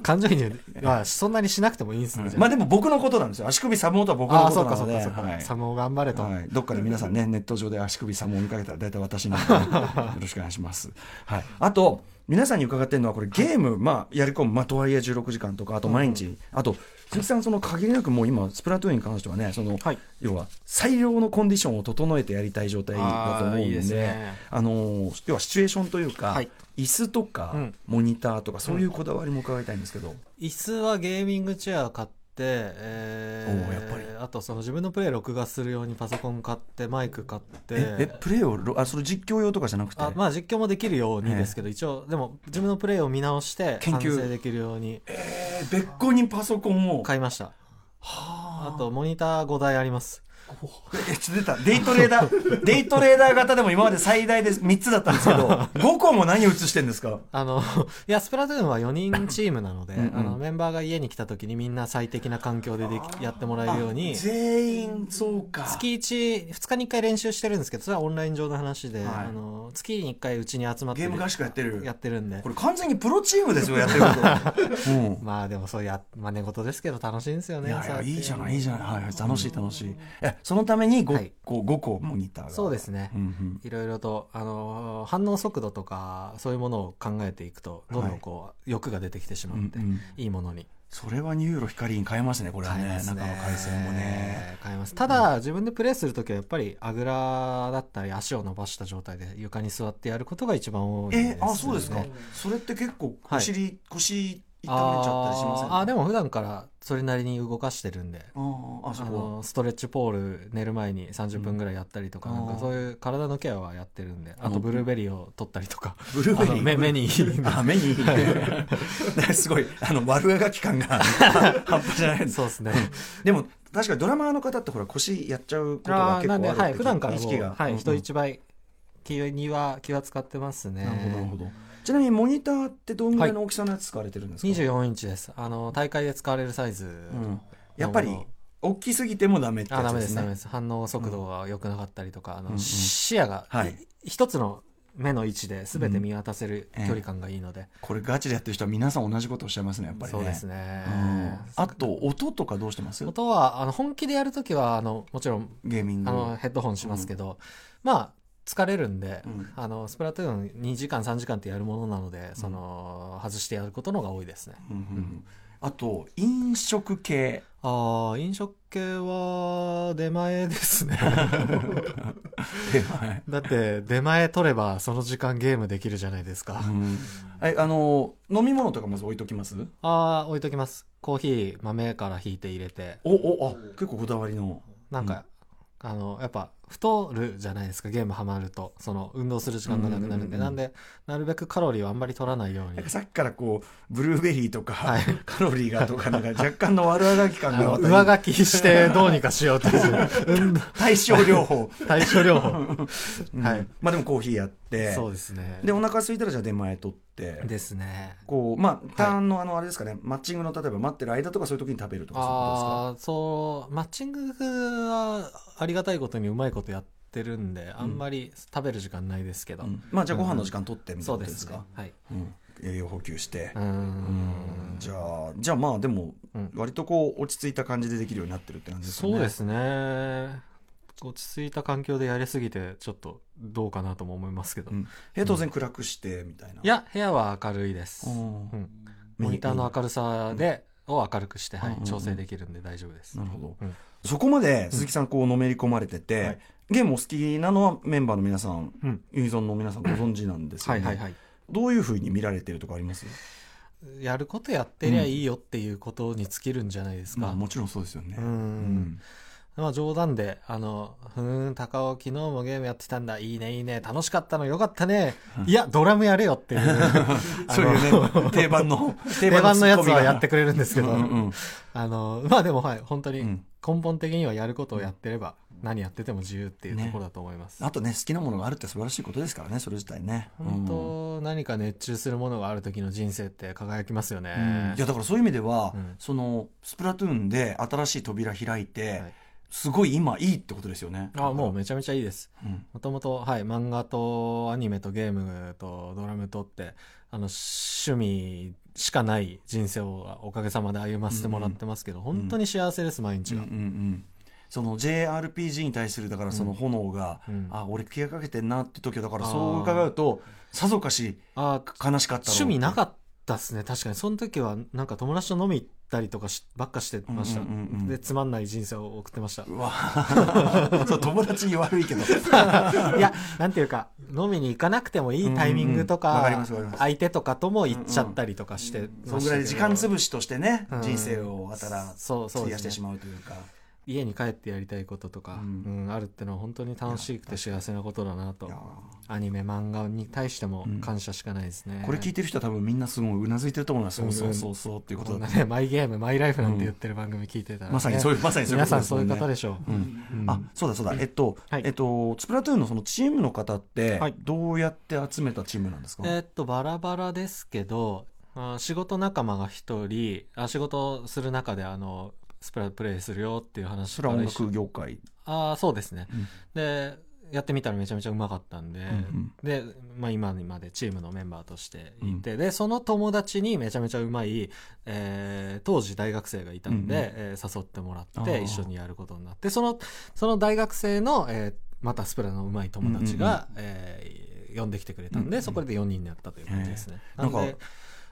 [SPEAKER 3] 感情移入はそんなにしなくてもいいんですね。じゃあ
[SPEAKER 1] まあでも僕のことなんですよ足首寒おとは僕の
[SPEAKER 3] あ
[SPEAKER 1] こ
[SPEAKER 3] ー、そ
[SPEAKER 1] と
[SPEAKER 3] う
[SPEAKER 1] な
[SPEAKER 3] かそ
[SPEAKER 1] の
[SPEAKER 3] う
[SPEAKER 1] で
[SPEAKER 3] かそうか。
[SPEAKER 1] はい
[SPEAKER 3] サムを頑張れと。
[SPEAKER 1] はい、どっかで皆さんね、ネット上で足首さんを見かけたら、大体私な [laughs] ので、よろしくお願いします。はい、あと、皆さんに伺ってるのは、これ、ゲーム、まあ、やり込む、まあ、とはいえ16時間とか、あと毎日、あと、鈴木さん、その限りなく、もう今、スプラトゥーンに関してはね、その、
[SPEAKER 3] はい
[SPEAKER 1] 要は、最良のコンディションを整えてやりたい状態だと思うんで、
[SPEAKER 3] あーいいですね
[SPEAKER 1] あのー要はシチュエーションというか、
[SPEAKER 3] はい
[SPEAKER 1] 椅子とか、
[SPEAKER 3] うん
[SPEAKER 1] モニターとか、そういうこだわりも伺いたいんですけど、
[SPEAKER 3] 椅子はゲーミングチェア買って、え
[SPEAKER 1] お
[SPEAKER 3] ー
[SPEAKER 1] ーやっぱり
[SPEAKER 3] あとその自分のプレイ録画するようにパソコン買ってマイク買って
[SPEAKER 1] ええプレイをろ、あ、それ実況用とかじゃなくて、
[SPEAKER 3] あまあ実況もできるようにですけど、一応でも自分のプレイを見直して
[SPEAKER 1] 研
[SPEAKER 3] 完
[SPEAKER 1] 究
[SPEAKER 3] 成できるように
[SPEAKER 1] えー別個にパソコンを。
[SPEAKER 3] 買いましたあとモニター5台あります
[SPEAKER 1] え、ちょっと出た。デイトレーダー、デイトレーダー型でも今まで最大で3つだったんですけど、5個
[SPEAKER 3] [laughs]
[SPEAKER 1] も何映してんですか
[SPEAKER 3] あの [laughs] いやスプラトゥーンは4人チームなので
[SPEAKER 1] んうん
[SPEAKER 3] あのメンバーが家に来た時にみんな最適な環境でできやってもらえるように
[SPEAKER 1] 全員そうか。
[SPEAKER 3] 月1、2日に1回練習してるんですけど、それはオンライン上の話で、
[SPEAKER 1] はい
[SPEAKER 3] あの月に1回うちに集まって
[SPEAKER 1] ゲーム合宿やってる。
[SPEAKER 3] やってるんで
[SPEAKER 1] こ。れ完全にプロチームですよ、やってる
[SPEAKER 3] [laughs]
[SPEAKER 1] こと。うん。
[SPEAKER 3] まあでもそうや、真似事ですけど楽しいんですよ
[SPEAKER 1] い
[SPEAKER 3] ね。
[SPEAKER 1] やい
[SPEAKER 3] そう
[SPEAKER 1] や、
[SPEAKER 3] って
[SPEAKER 1] いいじゃない、いいじゃない。はい、楽しい、楽しい。え、そのために 5,、
[SPEAKER 3] はい
[SPEAKER 1] 個5個モニターが。
[SPEAKER 3] そうですね
[SPEAKER 1] うんうん。
[SPEAKER 3] いろいろと、あのー、反応速度とか、そういうものを考えていくと、どんどんこう、欲が出てきてしまって、
[SPEAKER 1] うんうん
[SPEAKER 3] いいものに。
[SPEAKER 1] それはニューロ光に変えますね、これは
[SPEAKER 3] 変え
[SPEAKER 1] ね。
[SPEAKER 3] ます
[SPEAKER 1] 中
[SPEAKER 3] ね
[SPEAKER 1] の回線もね。。
[SPEAKER 3] 変えます。ただ、自分でプレイするときは、やっぱり、あぐらだったり、足を伸ばした状態で床に座ってやることが一番多いです、
[SPEAKER 1] え
[SPEAKER 3] ね。
[SPEAKER 1] あ、そうですか。それって結構腰、腰痛めちゃったりしません
[SPEAKER 3] あーあーで
[SPEAKER 1] も
[SPEAKER 3] も普段からそれなりに動かしてるんで
[SPEAKER 1] あーあ
[SPEAKER 3] あ
[SPEAKER 1] そこ
[SPEAKER 3] のストレッチポール寝る前に30分ぐらいやったりとか,、
[SPEAKER 1] うん
[SPEAKER 3] なんかそういう体のケアはやってるんであとブルーベリーを取ったりと
[SPEAKER 1] [laughs]
[SPEAKER 3] か、
[SPEAKER 1] ブルーベリ
[SPEAKER 3] あの
[SPEAKER 1] ー
[SPEAKER 3] 目目に
[SPEAKER 1] あ目に [laughs] すごいあの悪あがき感が [laughs] 半端じゃないです
[SPEAKER 3] そうです
[SPEAKER 1] [laughs]
[SPEAKER 3] ね
[SPEAKER 1] でも確かにドラマーの方ってほら腰やっちゃうことが
[SPEAKER 3] あ
[SPEAKER 1] 結
[SPEAKER 3] ー
[SPEAKER 1] 構あ
[SPEAKER 3] な
[SPEAKER 1] る
[SPEAKER 3] んで、
[SPEAKER 1] って
[SPEAKER 3] はい、普段から
[SPEAKER 1] 意
[SPEAKER 3] も
[SPEAKER 1] 識
[SPEAKER 3] う、
[SPEAKER 1] が
[SPEAKER 3] は
[SPEAKER 1] う
[SPEAKER 3] い、
[SPEAKER 1] ん
[SPEAKER 3] 人一倍気には気は使ってますね
[SPEAKER 1] なるほどなるほどちなみにモニターってどんぐらいの大きさのやつ使われてるんですか、
[SPEAKER 3] 24インチですあの大会で使われるサイズ、
[SPEAKER 1] うん、やっぱり大きすぎてもダメってや
[SPEAKER 3] あ
[SPEAKER 1] つ
[SPEAKER 3] ダ
[SPEAKER 1] で
[SPEAKER 3] メですすダメ
[SPEAKER 1] ね
[SPEAKER 3] です反応速度が良くなかったりとか、あ
[SPEAKER 1] う
[SPEAKER 3] の
[SPEAKER 1] んうん
[SPEAKER 3] 視野が、
[SPEAKER 1] はい
[SPEAKER 3] い一つの目の位置で全て見渡せる距離感がいいので、
[SPEAKER 1] これガチでやってる人は皆さん同じことをおっしゃいますねやっぱりね
[SPEAKER 3] そうです
[SPEAKER 1] ね、
[SPEAKER 3] ね、
[SPEAKER 1] うんあと音とかどうしてます
[SPEAKER 3] 音はあの本気でやるときはあのもちろん
[SPEAKER 1] ゲーミング
[SPEAKER 3] あのヘッドホンしますけど、まあ疲れるんで、
[SPEAKER 1] うん
[SPEAKER 3] あのスプラトゥーン2時間3時間ってやるものなのでその、外してやることの方が多いですね
[SPEAKER 1] うんうんうんあと飲食系
[SPEAKER 3] ああ飲食系は出前で
[SPEAKER 1] [laughs]
[SPEAKER 3] すね
[SPEAKER 1] はい
[SPEAKER 3] だって出前取ればその時間ゲームできるじゃないですか、
[SPEAKER 1] うんはいあの飲み物とかまず置いときます
[SPEAKER 3] ああ置いときますコーヒー豆から引いて入れて
[SPEAKER 1] おおあ結構こだわりの
[SPEAKER 3] なんか、あのやっぱ太るじゃないですかゲームハマるとその運動する時間がなくなる
[SPEAKER 1] うんう
[SPEAKER 3] んで、
[SPEAKER 1] んうん
[SPEAKER 3] なんでなるべくカロリーをあんまり取らないように
[SPEAKER 1] なんかさっきからこうブルーベリーとか、
[SPEAKER 3] はい
[SPEAKER 1] カロリーがとかなんか若干の悪あがき感
[SPEAKER 3] あ
[SPEAKER 1] が
[SPEAKER 3] の
[SPEAKER 1] 私
[SPEAKER 3] 上書きしてどうにかしよう
[SPEAKER 1] [laughs]
[SPEAKER 3] という運動
[SPEAKER 1] 対症療法、
[SPEAKER 3] 対処療法
[SPEAKER 1] は
[SPEAKER 3] はいい、
[SPEAKER 1] まあでもコーヒーやって
[SPEAKER 3] そうですね
[SPEAKER 1] でお腹空いたらじゃあ出前取って
[SPEAKER 3] ですね
[SPEAKER 1] こうまあターンのあのあれですかね、マッチングの例えば待ってる間とかそういう時に食べるとかそういうこと
[SPEAKER 3] ああそうマッチングはありがたいことにうまいことやってるんで、あんまり食べる時間ないですけど、
[SPEAKER 1] ですか、うんまあじゃあご飯の時間取ってみたい
[SPEAKER 3] そ
[SPEAKER 1] な
[SPEAKER 3] う
[SPEAKER 1] こ
[SPEAKER 3] で
[SPEAKER 1] とですす
[SPEAKER 3] ね
[SPEAKER 1] か
[SPEAKER 3] はい
[SPEAKER 1] うん栄養補給して
[SPEAKER 3] うーん
[SPEAKER 1] うんじゃあじゃあまあでも
[SPEAKER 3] うん
[SPEAKER 1] 割とこう落ち着いた感じでできるようになってるって感じですかね
[SPEAKER 3] そうですね落ち着いた環境でやりすぎてちょっとどうかなとも思いますけど、
[SPEAKER 1] う
[SPEAKER 3] い
[SPEAKER 1] ん、部屋当然暗くしてみたいな、
[SPEAKER 3] や部屋は明るいです、
[SPEAKER 1] うん
[SPEAKER 3] うんモニターの明るさで、を明るくして、は
[SPEAKER 1] うんうんう
[SPEAKER 3] い、
[SPEAKER 1] ん
[SPEAKER 3] 調整できるんで大丈夫です、
[SPEAKER 1] なるほど、
[SPEAKER 3] うん
[SPEAKER 1] そこまで鈴木さんこうのめり込まれてて、
[SPEAKER 3] はい
[SPEAKER 1] ゲームお好きなのはメンバーの皆さん、
[SPEAKER 3] うん
[SPEAKER 1] ユニゾンの皆さんご存知なんですよ
[SPEAKER 3] は
[SPEAKER 1] ね、
[SPEAKER 3] いはいはい
[SPEAKER 1] どういうふうに見られてるとかあります
[SPEAKER 3] やることやってりゃいいよっていうことに尽きるんじゃないですか、
[SPEAKER 1] ちろんそうですよね
[SPEAKER 3] うんまあ冗談で、あの、ふーん、高尾昨日もゲームやってたんだ。いいね、いいね。楽しかったのよかったね。いや、ドラムやれよっていう。
[SPEAKER 1] [laughs]
[SPEAKER 3] あ
[SPEAKER 1] そういう
[SPEAKER 3] の [laughs]
[SPEAKER 1] ね定番の
[SPEAKER 3] 定番のやつはやって
[SPEAKER 1] く
[SPEAKER 3] くれるんですけど、
[SPEAKER 1] うんうん
[SPEAKER 3] あの、まあでもはい、本当に
[SPEAKER 1] う
[SPEAKER 3] 根
[SPEAKER 1] ん
[SPEAKER 3] 本的にはやることをやってれば、何やってても自由っていうと
[SPEAKER 1] ね
[SPEAKER 3] ころだと思います。
[SPEAKER 1] あとね好きなものがあるって素晴らしいことですからねそれ自体ね
[SPEAKER 3] 本当、何か熱中するものがある時の人生って輝きますよ
[SPEAKER 1] うんうん
[SPEAKER 3] ね。
[SPEAKER 1] いやだからそういう意味では、
[SPEAKER 3] うん
[SPEAKER 1] そのスプラトゥーンで新しい扉開いて、
[SPEAKER 3] はい
[SPEAKER 1] すごい今いいってことですよね
[SPEAKER 3] あ、もうめちゃめちゃいいです。
[SPEAKER 1] うん、
[SPEAKER 3] もともと、はい、漫画とアニメとゲームとドラムとって、あの、趣味しかない人生をおかげさまで歩ませてもらってますけど、本当に幸せです、毎日
[SPEAKER 1] うん
[SPEAKER 3] が。
[SPEAKER 1] うんうんその JRPG に対するだからその炎が、
[SPEAKER 3] うん
[SPEAKER 1] あ俺気がかけてんなって時はだから
[SPEAKER 3] あー
[SPEAKER 1] そう伺うとさぞかし
[SPEAKER 3] あ
[SPEAKER 1] 悲しかったろう
[SPEAKER 3] 趣味なか
[SPEAKER 1] っ
[SPEAKER 3] ったっすね、確かに。その時は、なんか友達と飲み行ったりとかしばっかしてました。
[SPEAKER 1] うんうんうんうん
[SPEAKER 3] で、つまんない人生を送ってました
[SPEAKER 1] [laughs] て。うわ [laughs] そう友達に悪いけど
[SPEAKER 3] いや、なんていうか、飲みに行かなくてもいいタイミングと
[SPEAKER 1] うんうんうんわか
[SPEAKER 3] か
[SPEAKER 1] りますわかります、
[SPEAKER 3] 相手とかとも行っちゃったりとかして
[SPEAKER 1] そのぐらいで時間
[SPEAKER 3] ぶ
[SPEAKER 1] 潰しとしてね、
[SPEAKER 3] うん
[SPEAKER 1] 人生をあたら
[SPEAKER 3] そうそう
[SPEAKER 1] 費
[SPEAKER 3] で
[SPEAKER 1] や
[SPEAKER 3] す
[SPEAKER 1] し
[SPEAKER 3] ね
[SPEAKER 1] てしまうというか
[SPEAKER 3] 家に帰ってやりたいこととか、
[SPEAKER 1] う
[SPEAKER 3] うんんあるってのは本当に楽しくて幸せなことだなと
[SPEAKER 1] いや
[SPEAKER 3] アニメ漫画に対しても感謝しかないですね、
[SPEAKER 1] ーこれ聞い
[SPEAKER 3] て
[SPEAKER 1] てる人は多分みんなすごいうなずいてると思います、
[SPEAKER 3] うんうん
[SPEAKER 1] そうそうそうそうっていうこ
[SPEAKER 3] ことんな
[SPEAKER 1] だ、
[SPEAKER 3] ねマイゲームマイライフなんて言ってる番組聞いてたらね、
[SPEAKER 1] [laughs] まさにそういうまさにそういう
[SPEAKER 3] 皆
[SPEAKER 1] こと
[SPEAKER 3] さ
[SPEAKER 1] で
[SPEAKER 3] ん
[SPEAKER 1] す
[SPEAKER 3] そ
[SPEAKER 1] も
[SPEAKER 3] うい
[SPEAKER 1] ん
[SPEAKER 3] う
[SPEAKER 1] ね
[SPEAKER 3] 方でしょう、
[SPEAKER 1] うん
[SPEAKER 3] うん
[SPEAKER 1] あそうだそうだえっと、
[SPEAKER 3] はい
[SPEAKER 1] えっとスプラトゥーンのそのチームの方って
[SPEAKER 3] はい
[SPEAKER 1] どうやって集めたチームなんですか、
[SPEAKER 3] えーっとバラバラですけどあ仕事仲間が一人あ仕事する中であのスプラプレイするよっていう話
[SPEAKER 1] そ
[SPEAKER 3] か
[SPEAKER 1] れ
[SPEAKER 3] ら
[SPEAKER 1] は音
[SPEAKER 3] 一緒
[SPEAKER 1] 楽業界
[SPEAKER 3] あーそうですね、
[SPEAKER 1] うん
[SPEAKER 3] でやってみたらめちゃめちゃうまかったんで、
[SPEAKER 1] ん
[SPEAKER 3] で、まあ、今にまでチームのメンバーとしていて、でその友達にめちゃめちゃうまい、えー当時大学生がいたんで、
[SPEAKER 1] うんうん
[SPEAKER 3] えー誘ってもら
[SPEAKER 1] あ
[SPEAKER 3] っ
[SPEAKER 1] ー
[SPEAKER 3] て一緒にやることになってそのその大学生の、えーまたスプラのうまい友達が、えー呼んできてくれたんで、
[SPEAKER 1] うんうん
[SPEAKER 3] そこで4人になったという感じですね。
[SPEAKER 1] へー
[SPEAKER 3] なんで
[SPEAKER 1] なんか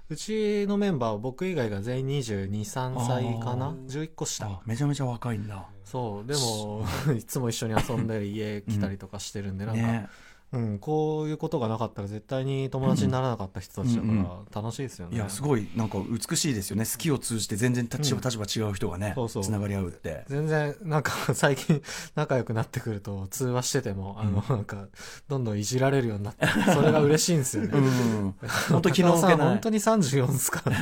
[SPEAKER 3] うちのメンバー僕以外が全員223歳か
[SPEAKER 1] あ
[SPEAKER 3] な
[SPEAKER 1] ー
[SPEAKER 3] 11個下
[SPEAKER 1] めちゃめちゃ若いんだ [laughs]
[SPEAKER 3] そうでもいつも一緒に遊んだり家来たりとかしてるんでなんか、
[SPEAKER 1] ね
[SPEAKER 3] うん、こういうことがなかったら絶対に友達にならなかった人たちだ
[SPEAKER 1] うん
[SPEAKER 3] から楽しいですよね。
[SPEAKER 1] いやすごいなんか美しいですよね好きを通じて全然立場,、
[SPEAKER 3] うん
[SPEAKER 1] 立場違う人がね
[SPEAKER 3] そうそう
[SPEAKER 1] つながり合うって
[SPEAKER 3] 全然、なんか最近仲良くなってくると通話してても、あの、なんか、どんどんいじられるように
[SPEAKER 1] [laughs]
[SPEAKER 3] なって、それが嬉しいんですよ
[SPEAKER 1] う
[SPEAKER 3] ね。
[SPEAKER 1] ん本当気の
[SPEAKER 3] 高尾
[SPEAKER 1] 置
[SPEAKER 3] さ
[SPEAKER 1] け
[SPEAKER 3] ん
[SPEAKER 1] ない
[SPEAKER 3] 本当に34っ
[SPEAKER 1] [laughs]
[SPEAKER 3] すから、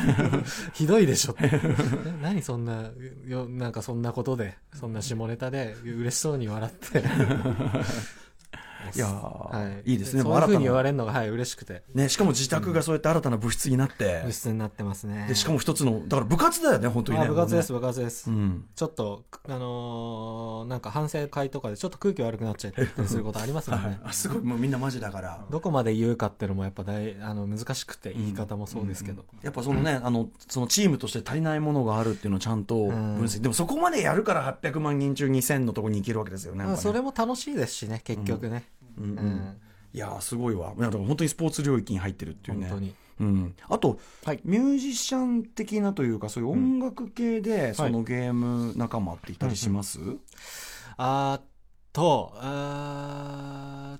[SPEAKER 3] ひどいでしょってえ何そんなよなんかそんなことでそんな下ネタで嬉しそうに笑って
[SPEAKER 1] いやーいいですね
[SPEAKER 3] そ
[SPEAKER 1] もう
[SPEAKER 3] ういう
[SPEAKER 1] 新た
[SPEAKER 3] ふう
[SPEAKER 1] な
[SPEAKER 3] に言われるのがはい嬉しくて
[SPEAKER 1] ねしかも自宅がそうやって新たな部室になって
[SPEAKER 3] 物、質になってますね
[SPEAKER 1] でしかも一つのだから部活だよね本当にね
[SPEAKER 3] あ部活です
[SPEAKER 1] も
[SPEAKER 3] 部活です、
[SPEAKER 1] うねうん
[SPEAKER 3] ちょっとあのーなんか反省会とかでちょっと空気悪くなっちゃったりすることありますもん
[SPEAKER 1] はい
[SPEAKER 3] ね、
[SPEAKER 1] あすごいもうみんなマジだから
[SPEAKER 3] どこまで言うかっていうのもやっぱ大あの難しくて言い方もそうですけど、
[SPEAKER 1] やっぱそのね、あのそのチームとして足りないものがあるっていうのをちゃんと分析、
[SPEAKER 3] う
[SPEAKER 1] でもそこまでやるから800万人中2000のとこに行けるわけですよね。
[SPEAKER 3] まあそれ
[SPEAKER 1] も、
[SPEAKER 3] も楽しいですしね結局ね、
[SPEAKER 1] うん
[SPEAKER 3] う
[SPEAKER 1] うんんいやーすごいわ。いやだから本当にスポーツ領域に入ってるっていうね。
[SPEAKER 3] 本当に、
[SPEAKER 1] うん、あと、
[SPEAKER 3] はい
[SPEAKER 1] ミュージシャン的なというかそういう音楽系でそのゲーム仲間っていたりします、
[SPEAKER 3] あーっと、あー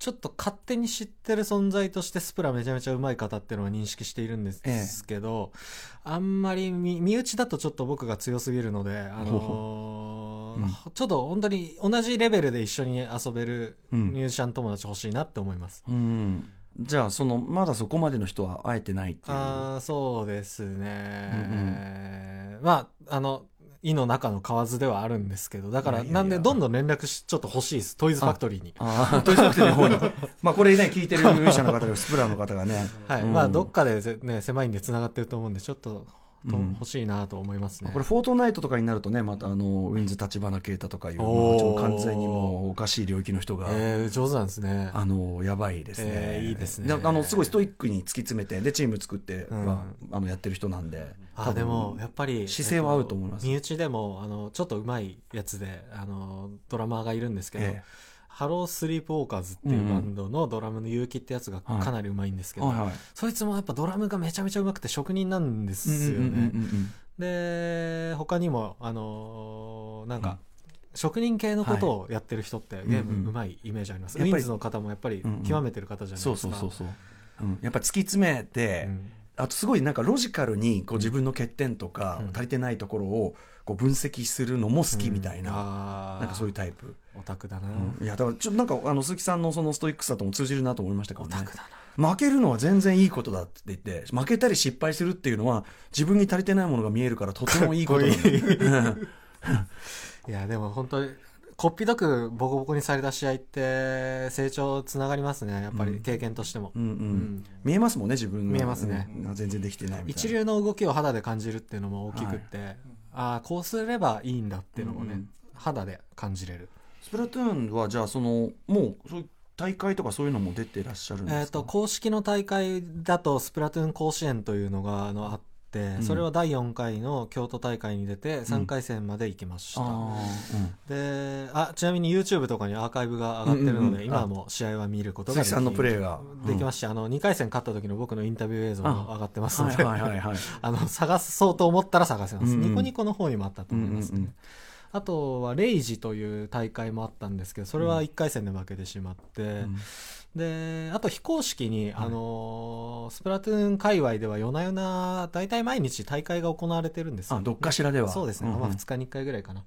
[SPEAKER 3] ちょっと勝手に知ってる存在としてスプラめちゃめちゃうまい方っていうのは認識しているんです
[SPEAKER 1] ええ
[SPEAKER 3] ですけど、あんまり身身内だとちょっと僕が強すぎるので、あ
[SPEAKER 1] ほう
[SPEAKER 3] のー
[SPEAKER 1] うん
[SPEAKER 3] ちょっと本当に同じレベルで一緒に遊べる
[SPEAKER 1] うん
[SPEAKER 3] ミュージシャン友達欲しいなって思います。
[SPEAKER 1] うん、じゃあそのまだそこまでの人は会えてないっていう。
[SPEAKER 3] あーそうですね、まあ、あの、意の中の蛙ではあるんですけど、だか
[SPEAKER 1] いや
[SPEAKER 3] ら、
[SPEAKER 1] いやいや
[SPEAKER 3] なんでどんどん連絡し、ちょっと欲しいです。トイズファクトリーに。
[SPEAKER 1] ああ、トイズファクトリーの方に。 [laughs] まあこれね、聞いてるミュージシャンの方が、スプラの方がね。
[SPEAKER 3] はい、
[SPEAKER 1] うん
[SPEAKER 3] まあどっかでぜね狭いんで繋がってると思うんでちょっとと
[SPEAKER 1] うん
[SPEAKER 3] 欲しいなと思いますね。
[SPEAKER 1] これ、フォートナイトとかになるとね、またあの、ウィンズ立花啓太とかいう、まあち
[SPEAKER 3] おー
[SPEAKER 1] ょっと完全にもうおかしい領域の人が、
[SPEAKER 3] えー、上手なんですね。
[SPEAKER 1] あの、やばいですね。
[SPEAKER 3] えーいいですね
[SPEAKER 1] であの、すごいストイックに突き詰めて、で、チーム作って、
[SPEAKER 3] うん
[SPEAKER 1] まあ、あの、やってる人なんで。
[SPEAKER 3] あでもやっぱり
[SPEAKER 1] 姿勢は合うと思います
[SPEAKER 3] えっ身内でもあのちょっと上手いやつであのドラマーがいるんですけど、
[SPEAKER 1] え
[SPEAKER 3] ハロースリープウォーカーズっていうバンドのドラムの結城ってやつが
[SPEAKER 1] はい
[SPEAKER 3] かなり上手いんです
[SPEAKER 1] え
[SPEAKER 3] けど、
[SPEAKER 1] はいはい。
[SPEAKER 3] そいつもやっぱドラムがめちゃめちゃ上手くて職人なんですよね。
[SPEAKER 1] うんうんうんうん
[SPEAKER 3] で他にもあのーなんか、職人系のことをやってる人って、ゲー
[SPEAKER 1] うんうん
[SPEAKER 3] ムうまいイメージあります、
[SPEAKER 1] やっぱり
[SPEAKER 3] ウィンズの方もやっぱり
[SPEAKER 1] うんうん
[SPEAKER 3] 極めてる方じゃないですか、
[SPEAKER 1] そうそうそうそう。うん、やっぱ突き詰めて、
[SPEAKER 3] うん
[SPEAKER 1] あとすごいなんかロジカルにこう自分の欠点とか
[SPEAKER 3] うん
[SPEAKER 1] 足りてないところをこう分析するのも好きみたいな、
[SPEAKER 3] な
[SPEAKER 1] なんかそういう
[SPEAKER 3] う
[SPEAKER 1] タイプ、
[SPEAKER 3] オタクだな、
[SPEAKER 1] いやだからちょっとなんかあの鈴木さんのそのストイックさとも通じるなと思いましたけ
[SPEAKER 3] オ
[SPEAKER 1] ど
[SPEAKER 3] タ
[SPEAKER 1] ね
[SPEAKER 3] クだ
[SPEAKER 1] 負けるのは全然いいことだって言って負けたり失敗するっていうのは自分に足りてないものが見えるからとてもいいこと [laughs] だ
[SPEAKER 3] かっこいいないやでも本当にこっぴどくボコボコにされた試合って成長つながりますねやっぱ
[SPEAKER 1] う
[SPEAKER 3] り
[SPEAKER 1] ん
[SPEAKER 3] 経験としても、
[SPEAKER 1] うんうん
[SPEAKER 3] うん
[SPEAKER 1] 見えますもんね自分が
[SPEAKER 3] 見えますね
[SPEAKER 1] うん全然できてないみた
[SPEAKER 3] 一
[SPEAKER 1] いな
[SPEAKER 3] 流の動きを肌で感じるっていうのも大きくって、ああこうすればいいんだっていうのもね、
[SPEAKER 1] うんうん
[SPEAKER 3] 肌で感じれる
[SPEAKER 1] スプラトゥーンはじゃあそのもうそういう大会とかそういうのも出てらっしゃるんですか
[SPEAKER 3] えー、と公式の大会だとスプラトゥーン甲子園というのがあのあって、
[SPEAKER 1] ん
[SPEAKER 3] それは第4回の京都大会に出て3回戦まで行きました、
[SPEAKER 1] あーうん
[SPEAKER 3] であちなみに YouTube とかにアーカイブが上がってるので、
[SPEAKER 1] うんうんうん
[SPEAKER 3] 今はもう試合は見ることが
[SPEAKER 1] 鈴木
[SPEAKER 3] でき
[SPEAKER 1] さんのプレーが
[SPEAKER 3] できました、あの2回戦勝った時の僕のインタビュー映像も上がってますの
[SPEAKER 1] はい
[SPEAKER 3] で、
[SPEAKER 1] はいはいはい
[SPEAKER 3] [laughs] あの探そうと思ったら探せます、
[SPEAKER 1] うんうん
[SPEAKER 3] ニコニコの方にもあったと思います
[SPEAKER 1] [laughs]
[SPEAKER 3] ね、
[SPEAKER 1] うんうんうん
[SPEAKER 3] あとはレイジという大会もあったんですけどそれは1回戦で負けてしまって、であと非公式に、あのースプラトゥーン界隈では夜な夜な大体毎日大会が行われてるんですよ
[SPEAKER 1] あどっかしらでは
[SPEAKER 3] そうですね、
[SPEAKER 1] んん
[SPEAKER 3] まあ、2日に1回ぐらいかな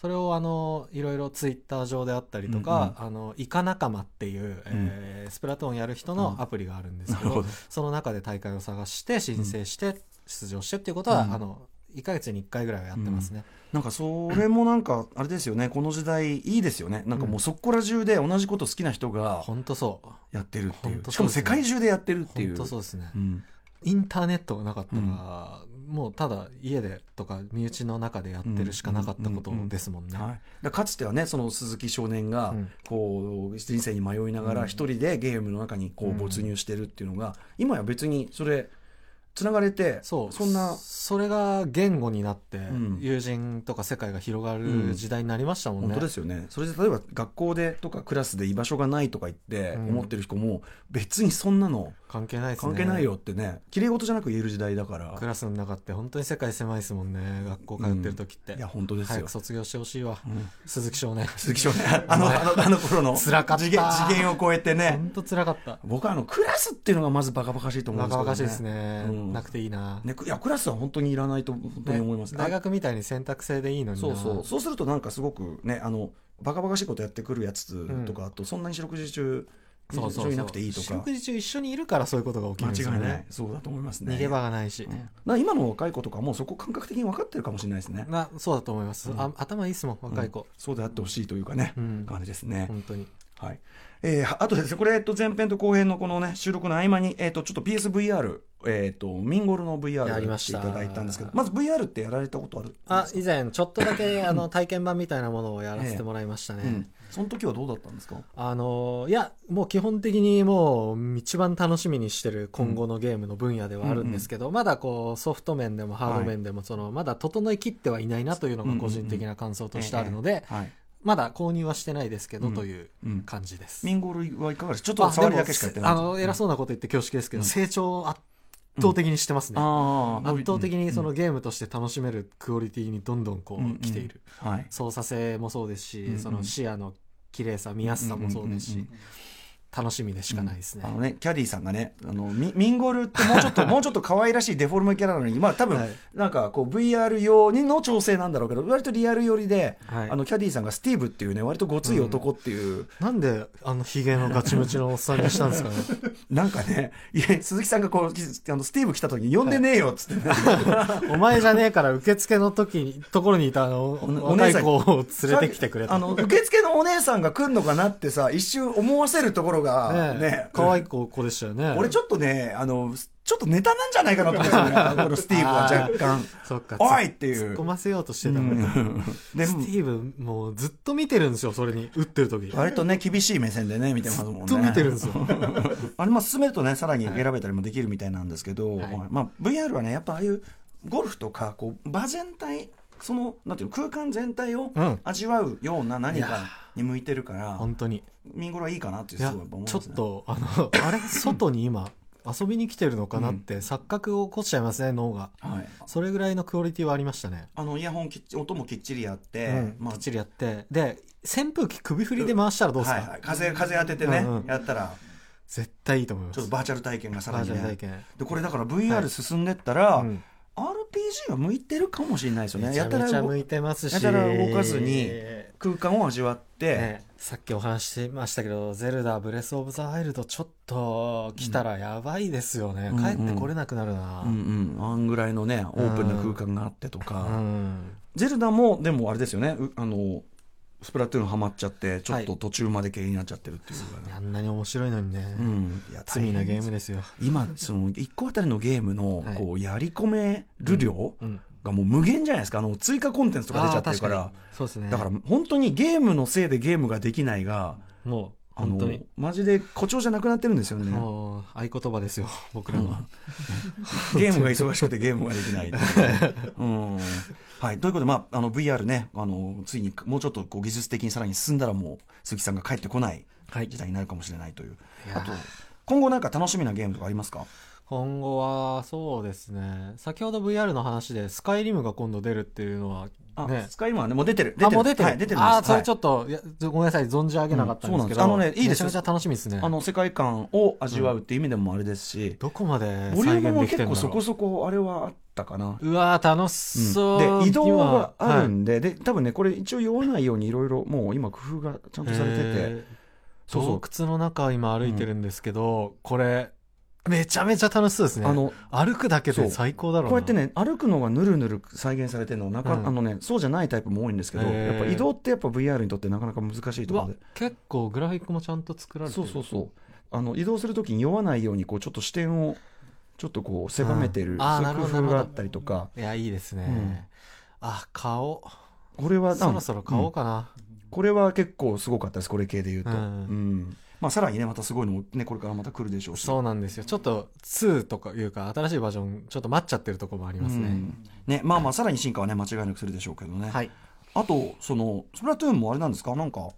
[SPEAKER 3] それをあのいろいろツイッター上であったりとか、あのイカ仲間っていう、えースプラトゥーンやる人のアプリがあるんですけ
[SPEAKER 1] なる
[SPEAKER 3] ど,、
[SPEAKER 1] ほど
[SPEAKER 3] その中で大会を探して申請して出場してっていうことは、
[SPEAKER 1] うん
[SPEAKER 3] あの1ヶ月に1回ぐらいはやってますね、
[SPEAKER 1] なんかそれもなんかあれですよねこの時代いいですよねなんかもうそこら中で同じこと好きな人が
[SPEAKER 3] ほんとそう
[SPEAKER 1] やってるってい
[SPEAKER 3] ほん
[SPEAKER 1] う
[SPEAKER 3] と
[SPEAKER 1] しか
[SPEAKER 3] そう
[SPEAKER 1] も
[SPEAKER 3] です
[SPEAKER 1] 世
[SPEAKER 3] ね
[SPEAKER 1] 界中でやってるってい
[SPEAKER 3] 本
[SPEAKER 1] う
[SPEAKER 3] 当そうですね、
[SPEAKER 1] うん
[SPEAKER 3] インターネットがなかったら、もうただ家でとか身内の中でやってるしかなかったことですもんね、
[SPEAKER 1] はい、だからかつてはねその鈴木少年が
[SPEAKER 3] うん
[SPEAKER 1] こう人生に迷いながら一人でゲームの中にこう没入してるっていうのが今や別にそれつながれて
[SPEAKER 3] そう
[SPEAKER 1] そんな
[SPEAKER 3] それが言語になって、
[SPEAKER 1] ん
[SPEAKER 3] 友人とか世界が広が
[SPEAKER 1] うん
[SPEAKER 3] る時代になりましたもんね、
[SPEAKER 1] 本当ですよねそれで例えば学校でとかクラスで居場所がないとか言って
[SPEAKER 3] うん
[SPEAKER 1] 思ってる人も別にそんなの
[SPEAKER 3] 関係ないですね
[SPEAKER 1] 関係ないよってね綺麗事じゃなく言える時代だから
[SPEAKER 3] クラスの中って本当に世界狭いですもんね学校通ってる時って、
[SPEAKER 1] いや本当です
[SPEAKER 3] 早
[SPEAKER 1] よ
[SPEAKER 3] く卒業してほしいわ、鈴木少年
[SPEAKER 1] 鈴木少
[SPEAKER 3] [laughs]
[SPEAKER 1] 年あのあのあの頃の
[SPEAKER 3] 辛かった
[SPEAKER 1] 次元次元を超えてね
[SPEAKER 3] 本当辛かった
[SPEAKER 1] 僕はあのクラスっていうのがまずバカバカしいと思うん
[SPEAKER 3] バ
[SPEAKER 1] です
[SPEAKER 3] カ
[SPEAKER 1] けど、ね、
[SPEAKER 3] バカしいですね、
[SPEAKER 1] うん
[SPEAKER 3] なくていいな、
[SPEAKER 1] ねくいやクラスは本当にいらないと本当に思います、
[SPEAKER 3] ね大学みたいに選択制でいいのにな
[SPEAKER 1] そうそうそうするとなんかすごくねあのバカバカしいことやってくるやつとか、あとそんなに四六時中
[SPEAKER 3] そうそう
[SPEAKER 1] 一
[SPEAKER 3] そ
[SPEAKER 1] 緒
[SPEAKER 3] う
[SPEAKER 1] にいなくていいと
[SPEAKER 3] 四
[SPEAKER 1] か
[SPEAKER 3] 六時中一緒にいるからそういうことが起きるんですよ
[SPEAKER 1] 間違
[SPEAKER 3] ね
[SPEAKER 1] いないそうだと思いますね
[SPEAKER 3] 逃げ場がないし、
[SPEAKER 1] うんだから今の若い子とかもうそこ感覚的に分かってるかもしれないですね
[SPEAKER 3] なそうだと思います、
[SPEAKER 1] うん
[SPEAKER 3] あ頭いいっすもん若い子、
[SPEAKER 1] そうであってほしいというかね、
[SPEAKER 3] うん
[SPEAKER 1] 感じですね、
[SPEAKER 3] 本当に
[SPEAKER 1] はい。えー、あとですね、これ、えっと、前編と後編のこのね、収録の合間に、えっと、ちょっと PSVR、えっと、ミンゴルの VR
[SPEAKER 3] やり
[SPEAKER 1] や
[SPEAKER 3] ま
[SPEAKER 1] っ
[SPEAKER 3] して
[SPEAKER 1] い
[SPEAKER 3] た
[SPEAKER 1] ただいたんですけど、まず VR ってやられたことある
[SPEAKER 3] あ以前ちょっとだけあの体験版みたいなものをやらせてもらいましたね、
[SPEAKER 1] うん。その時はどうだったんですか
[SPEAKER 3] あのいやもう基本的にもう一番楽しみにしてる今後のゲームの分野ではあるんですけど、まだこうソフト面でもハード面でもその、まだ整いきってはいないなというのが個人的な感想としてあるので、
[SPEAKER 1] はい。
[SPEAKER 3] まだ購入はしてないですけど、
[SPEAKER 1] うん
[SPEAKER 3] という
[SPEAKER 1] うん
[SPEAKER 3] 感じです。
[SPEAKER 1] ミンゴルはいかがですちょっ
[SPEAKER 3] ま
[SPEAKER 1] と
[SPEAKER 3] あ
[SPEAKER 1] 触りだけしかやってない。
[SPEAKER 3] でもあの偉そうなこと言って恐縮ですけど、成長を圧倒的にしてますね、
[SPEAKER 1] あー
[SPEAKER 3] 圧倒的にそのゲームとして楽しめるクオリティにどんどんこう、来ている、
[SPEAKER 1] はい。
[SPEAKER 3] 操作性もそうですし、
[SPEAKER 1] うんうん
[SPEAKER 3] その視野の綺麗さ見やすさもそうですし、
[SPEAKER 1] うんうんうん
[SPEAKER 3] 楽しみでしかないですね、
[SPEAKER 1] あのね、キャディーさんがね、あのミミンゴルってもうちょっと、もうちょっと可愛らしいデフォルメキャラなのに、まあ多分、
[SPEAKER 3] はい
[SPEAKER 1] なんかこう VR 用にの調整なんだろうけど、割とリアル寄りで、
[SPEAKER 3] はい
[SPEAKER 1] あのキャディーさんがスティーブっていうね、割とごつい男っていう、
[SPEAKER 3] なんであのヒゲのガチムチのおっさんにしたんですかね [laughs]
[SPEAKER 1] なんかね、 [laughs] いや鈴木さんがこうきあのスティーブ来た時に呼んでねえよっつってね、
[SPEAKER 3] お前じゃねえから受付の時にところにいたあの
[SPEAKER 1] おお
[SPEAKER 3] 若
[SPEAKER 1] 姉
[SPEAKER 3] い
[SPEAKER 1] さん
[SPEAKER 3] 子を [laughs] 連れてきてくれた
[SPEAKER 1] あの受付のお姉さんが来るのかなってさ、一瞬思わせるところが
[SPEAKER 3] ね
[SPEAKER 1] ね、
[SPEAKER 3] 可愛
[SPEAKER 1] い
[SPEAKER 3] い子子でしたよね
[SPEAKER 1] 俺ちょっとね、あのちょっとネタなんじゃないかなと思ってたのねあ
[SPEAKER 3] [laughs]
[SPEAKER 1] の、このスティーブは若干。
[SPEAKER 3] そっか
[SPEAKER 1] おいってい
[SPEAKER 3] 突っ
[SPEAKER 1] う
[SPEAKER 3] 込。ませようとしてたの
[SPEAKER 1] う
[SPEAKER 3] に、
[SPEAKER 1] んで
[SPEAKER 3] スティーブもうずっと見てるんですよそれに打ってる時ずっ
[SPEAKER 1] 割とね、厳しい目線でね、見てますもんね。
[SPEAKER 3] と見てるんですよ
[SPEAKER 1] あれ、まあ、進めるとね、さらに選べたりもできるみたいなんですけど、
[SPEAKER 3] はい
[SPEAKER 1] まあ、VR はね、やっぱああいうゴルフとか、こう、場全体、その、なんていうの、空間全体を
[SPEAKER 3] うん
[SPEAKER 1] 味わうような何
[SPEAKER 3] いや
[SPEAKER 1] かに向いてるから、
[SPEAKER 3] 本当に
[SPEAKER 1] ミンゴルはいいかなって
[SPEAKER 3] い
[SPEAKER 1] すごい
[SPEAKER 3] や
[SPEAKER 1] やっぱ思います
[SPEAKER 3] ちょ
[SPEAKER 1] ね。
[SPEAKER 3] っとあのあれ外に今遊びに来てるのかなって錯覚を起こしちゃいますね脳が
[SPEAKER 1] はい。
[SPEAKER 3] それぐらいのクオリティはありましたね、
[SPEAKER 1] あの、イヤホンきっち、音もきっちりやって、
[SPEAKER 3] うんきっちりやってで扇風機首振りで回したらどうですか、
[SPEAKER 1] はいはい、風、風当ててね、
[SPEAKER 3] うんうん
[SPEAKER 1] やったら、
[SPEAKER 3] 絶対いいと思います
[SPEAKER 1] ちょっとバーチャル体験がさら
[SPEAKER 3] バー
[SPEAKER 1] に
[SPEAKER 3] チャル体
[SPEAKER 1] ね。
[SPEAKER 3] 験
[SPEAKER 1] で、これだから VR 進んでったら、
[SPEAKER 3] うん
[SPEAKER 1] RPG が向いてるかもしれないですよね。
[SPEAKER 3] めちゃ
[SPEAKER 1] やた
[SPEAKER 3] めちゃ
[SPEAKER 1] ら動
[SPEAKER 3] 向いてますし
[SPEAKER 1] やたら動かずに
[SPEAKER 3] ね
[SPEAKER 1] 空間を味わって、
[SPEAKER 3] さっきお話ししてましたけど「ゼルダブレス・オブ・ザ・ワイルド」ちょっと来たらやばいですよね、
[SPEAKER 1] うん
[SPEAKER 3] 帰ってこれなくなるな
[SPEAKER 1] うんうん、あんぐらいのねオープンな空間があってと
[SPEAKER 3] う
[SPEAKER 1] か、
[SPEAKER 3] ん
[SPEAKER 1] ゼルダもでもあれですよねうあのスプラトゥーンハマっちゃってちょっと途中まで経営になっちゃってるっていうかね
[SPEAKER 3] あんなに面白いのにね、
[SPEAKER 1] うん、いや
[SPEAKER 3] 罪なゲーム
[SPEAKER 1] で
[SPEAKER 3] ですよ、
[SPEAKER 1] 今その1個あたりのゲームの
[SPEAKER 3] はい
[SPEAKER 1] こうやり込める量
[SPEAKER 3] うん、
[SPEAKER 1] がもう無限じゃないですかあの追加コンテンツとか出ちゃってるから
[SPEAKER 3] あー確にそうですね
[SPEAKER 1] だから本当にゲームのせいでゲームができないが
[SPEAKER 3] もう
[SPEAKER 1] あの
[SPEAKER 3] 本当に
[SPEAKER 1] マジで誇張じゃなくなってるんですよね
[SPEAKER 3] もう合言葉ですよ [laughs] 僕らの、
[SPEAKER 1] ゲームが忙しくてゲームができないっていう、うんはい、ということで、まあ、あの VR ねあのついにもうちょっとこう技術的にさらに進んだらもう鈴木さんが帰ってこない
[SPEAKER 3] はい
[SPEAKER 1] 時代になるかもしれないという、
[SPEAKER 3] いやー
[SPEAKER 1] あと今後なんか楽しみなゲームとかありますか
[SPEAKER 3] 今後はそうですね先ほど VR の話でスカイリムが今度出るっていうの
[SPEAKER 1] あ、
[SPEAKER 3] はね
[SPEAKER 1] スカイリムはねもう出てる
[SPEAKER 3] あ、もう出てる。
[SPEAKER 1] はい、出てるんです
[SPEAKER 3] あー、それちょ
[SPEAKER 1] はい
[SPEAKER 3] っと、いやごめんなさい、存じ上げなかったんですけ
[SPEAKER 1] うんそう
[SPEAKER 3] ど。
[SPEAKER 1] なんですあのねいいですよ
[SPEAKER 3] めちゃめちゃ楽しみですね。
[SPEAKER 1] あの世界観を味わうっていう意味でもあれですし、
[SPEAKER 3] どこまで
[SPEAKER 1] ボリ
[SPEAKER 3] 再
[SPEAKER 1] ューム
[SPEAKER 3] 現
[SPEAKER 1] も
[SPEAKER 3] でき
[SPEAKER 1] 結
[SPEAKER 3] てるん
[SPEAKER 1] 構
[SPEAKER 3] だ
[SPEAKER 1] そ
[SPEAKER 3] ろ
[SPEAKER 1] こそこあれはあったかな
[SPEAKER 3] う。うわー、楽しそう。
[SPEAKER 1] で移動がある
[SPEAKER 3] 今
[SPEAKER 1] んで,、で多分ねこれ一応酔わないようにいろいろもう今工夫がちゃんとされてて、
[SPEAKER 3] はいえー
[SPEAKER 1] そうそう
[SPEAKER 3] 洞窟の中今歩いてるんですけど、これ、めちゃめちゃ楽しそうですね。
[SPEAKER 1] あの
[SPEAKER 3] 歩くだけ
[SPEAKER 1] そう
[SPEAKER 3] で最高だろうな。
[SPEAKER 1] こうやってね歩くのがぬるぬる再現されてるのはなか、
[SPEAKER 3] うん
[SPEAKER 1] あのねそうじゃないタイプも多いんですけど、
[SPEAKER 3] へー
[SPEAKER 1] やっぱ移動ってやっぱ VR にとってなかなか難しいとこ
[SPEAKER 3] う
[SPEAKER 1] ろ
[SPEAKER 3] わ
[SPEAKER 1] で、
[SPEAKER 3] 結構グラフィックもちゃんと作られて
[SPEAKER 1] そ
[SPEAKER 3] る。
[SPEAKER 1] うそうそうあの移動するときに酔わないようにこうちょっと視点をちょっとこう狭めてる、
[SPEAKER 3] うんあー
[SPEAKER 1] そういう工
[SPEAKER 3] なるほど
[SPEAKER 1] 夫があったりとか
[SPEAKER 3] いや、いいですね。
[SPEAKER 1] うん
[SPEAKER 3] あ、顔。
[SPEAKER 1] これは
[SPEAKER 3] そろそろ買おう
[SPEAKER 1] か、
[SPEAKER 3] かな。
[SPEAKER 1] うんこれは結構すごかったですこれ系で言うと、う
[SPEAKER 3] うんん
[SPEAKER 1] まあ、さらにねまたすごいのも、ね、これからまた来るでしょうし
[SPEAKER 3] そうなんですよちょっと2とかいうか新しいバージョンちょっと待っちゃってるところもありますね、
[SPEAKER 1] うんねまあまあさらに進化はね間違いなくするでしょうけどね、
[SPEAKER 3] はい
[SPEAKER 1] あとそのスプラトゥーンもあれなんですかなんか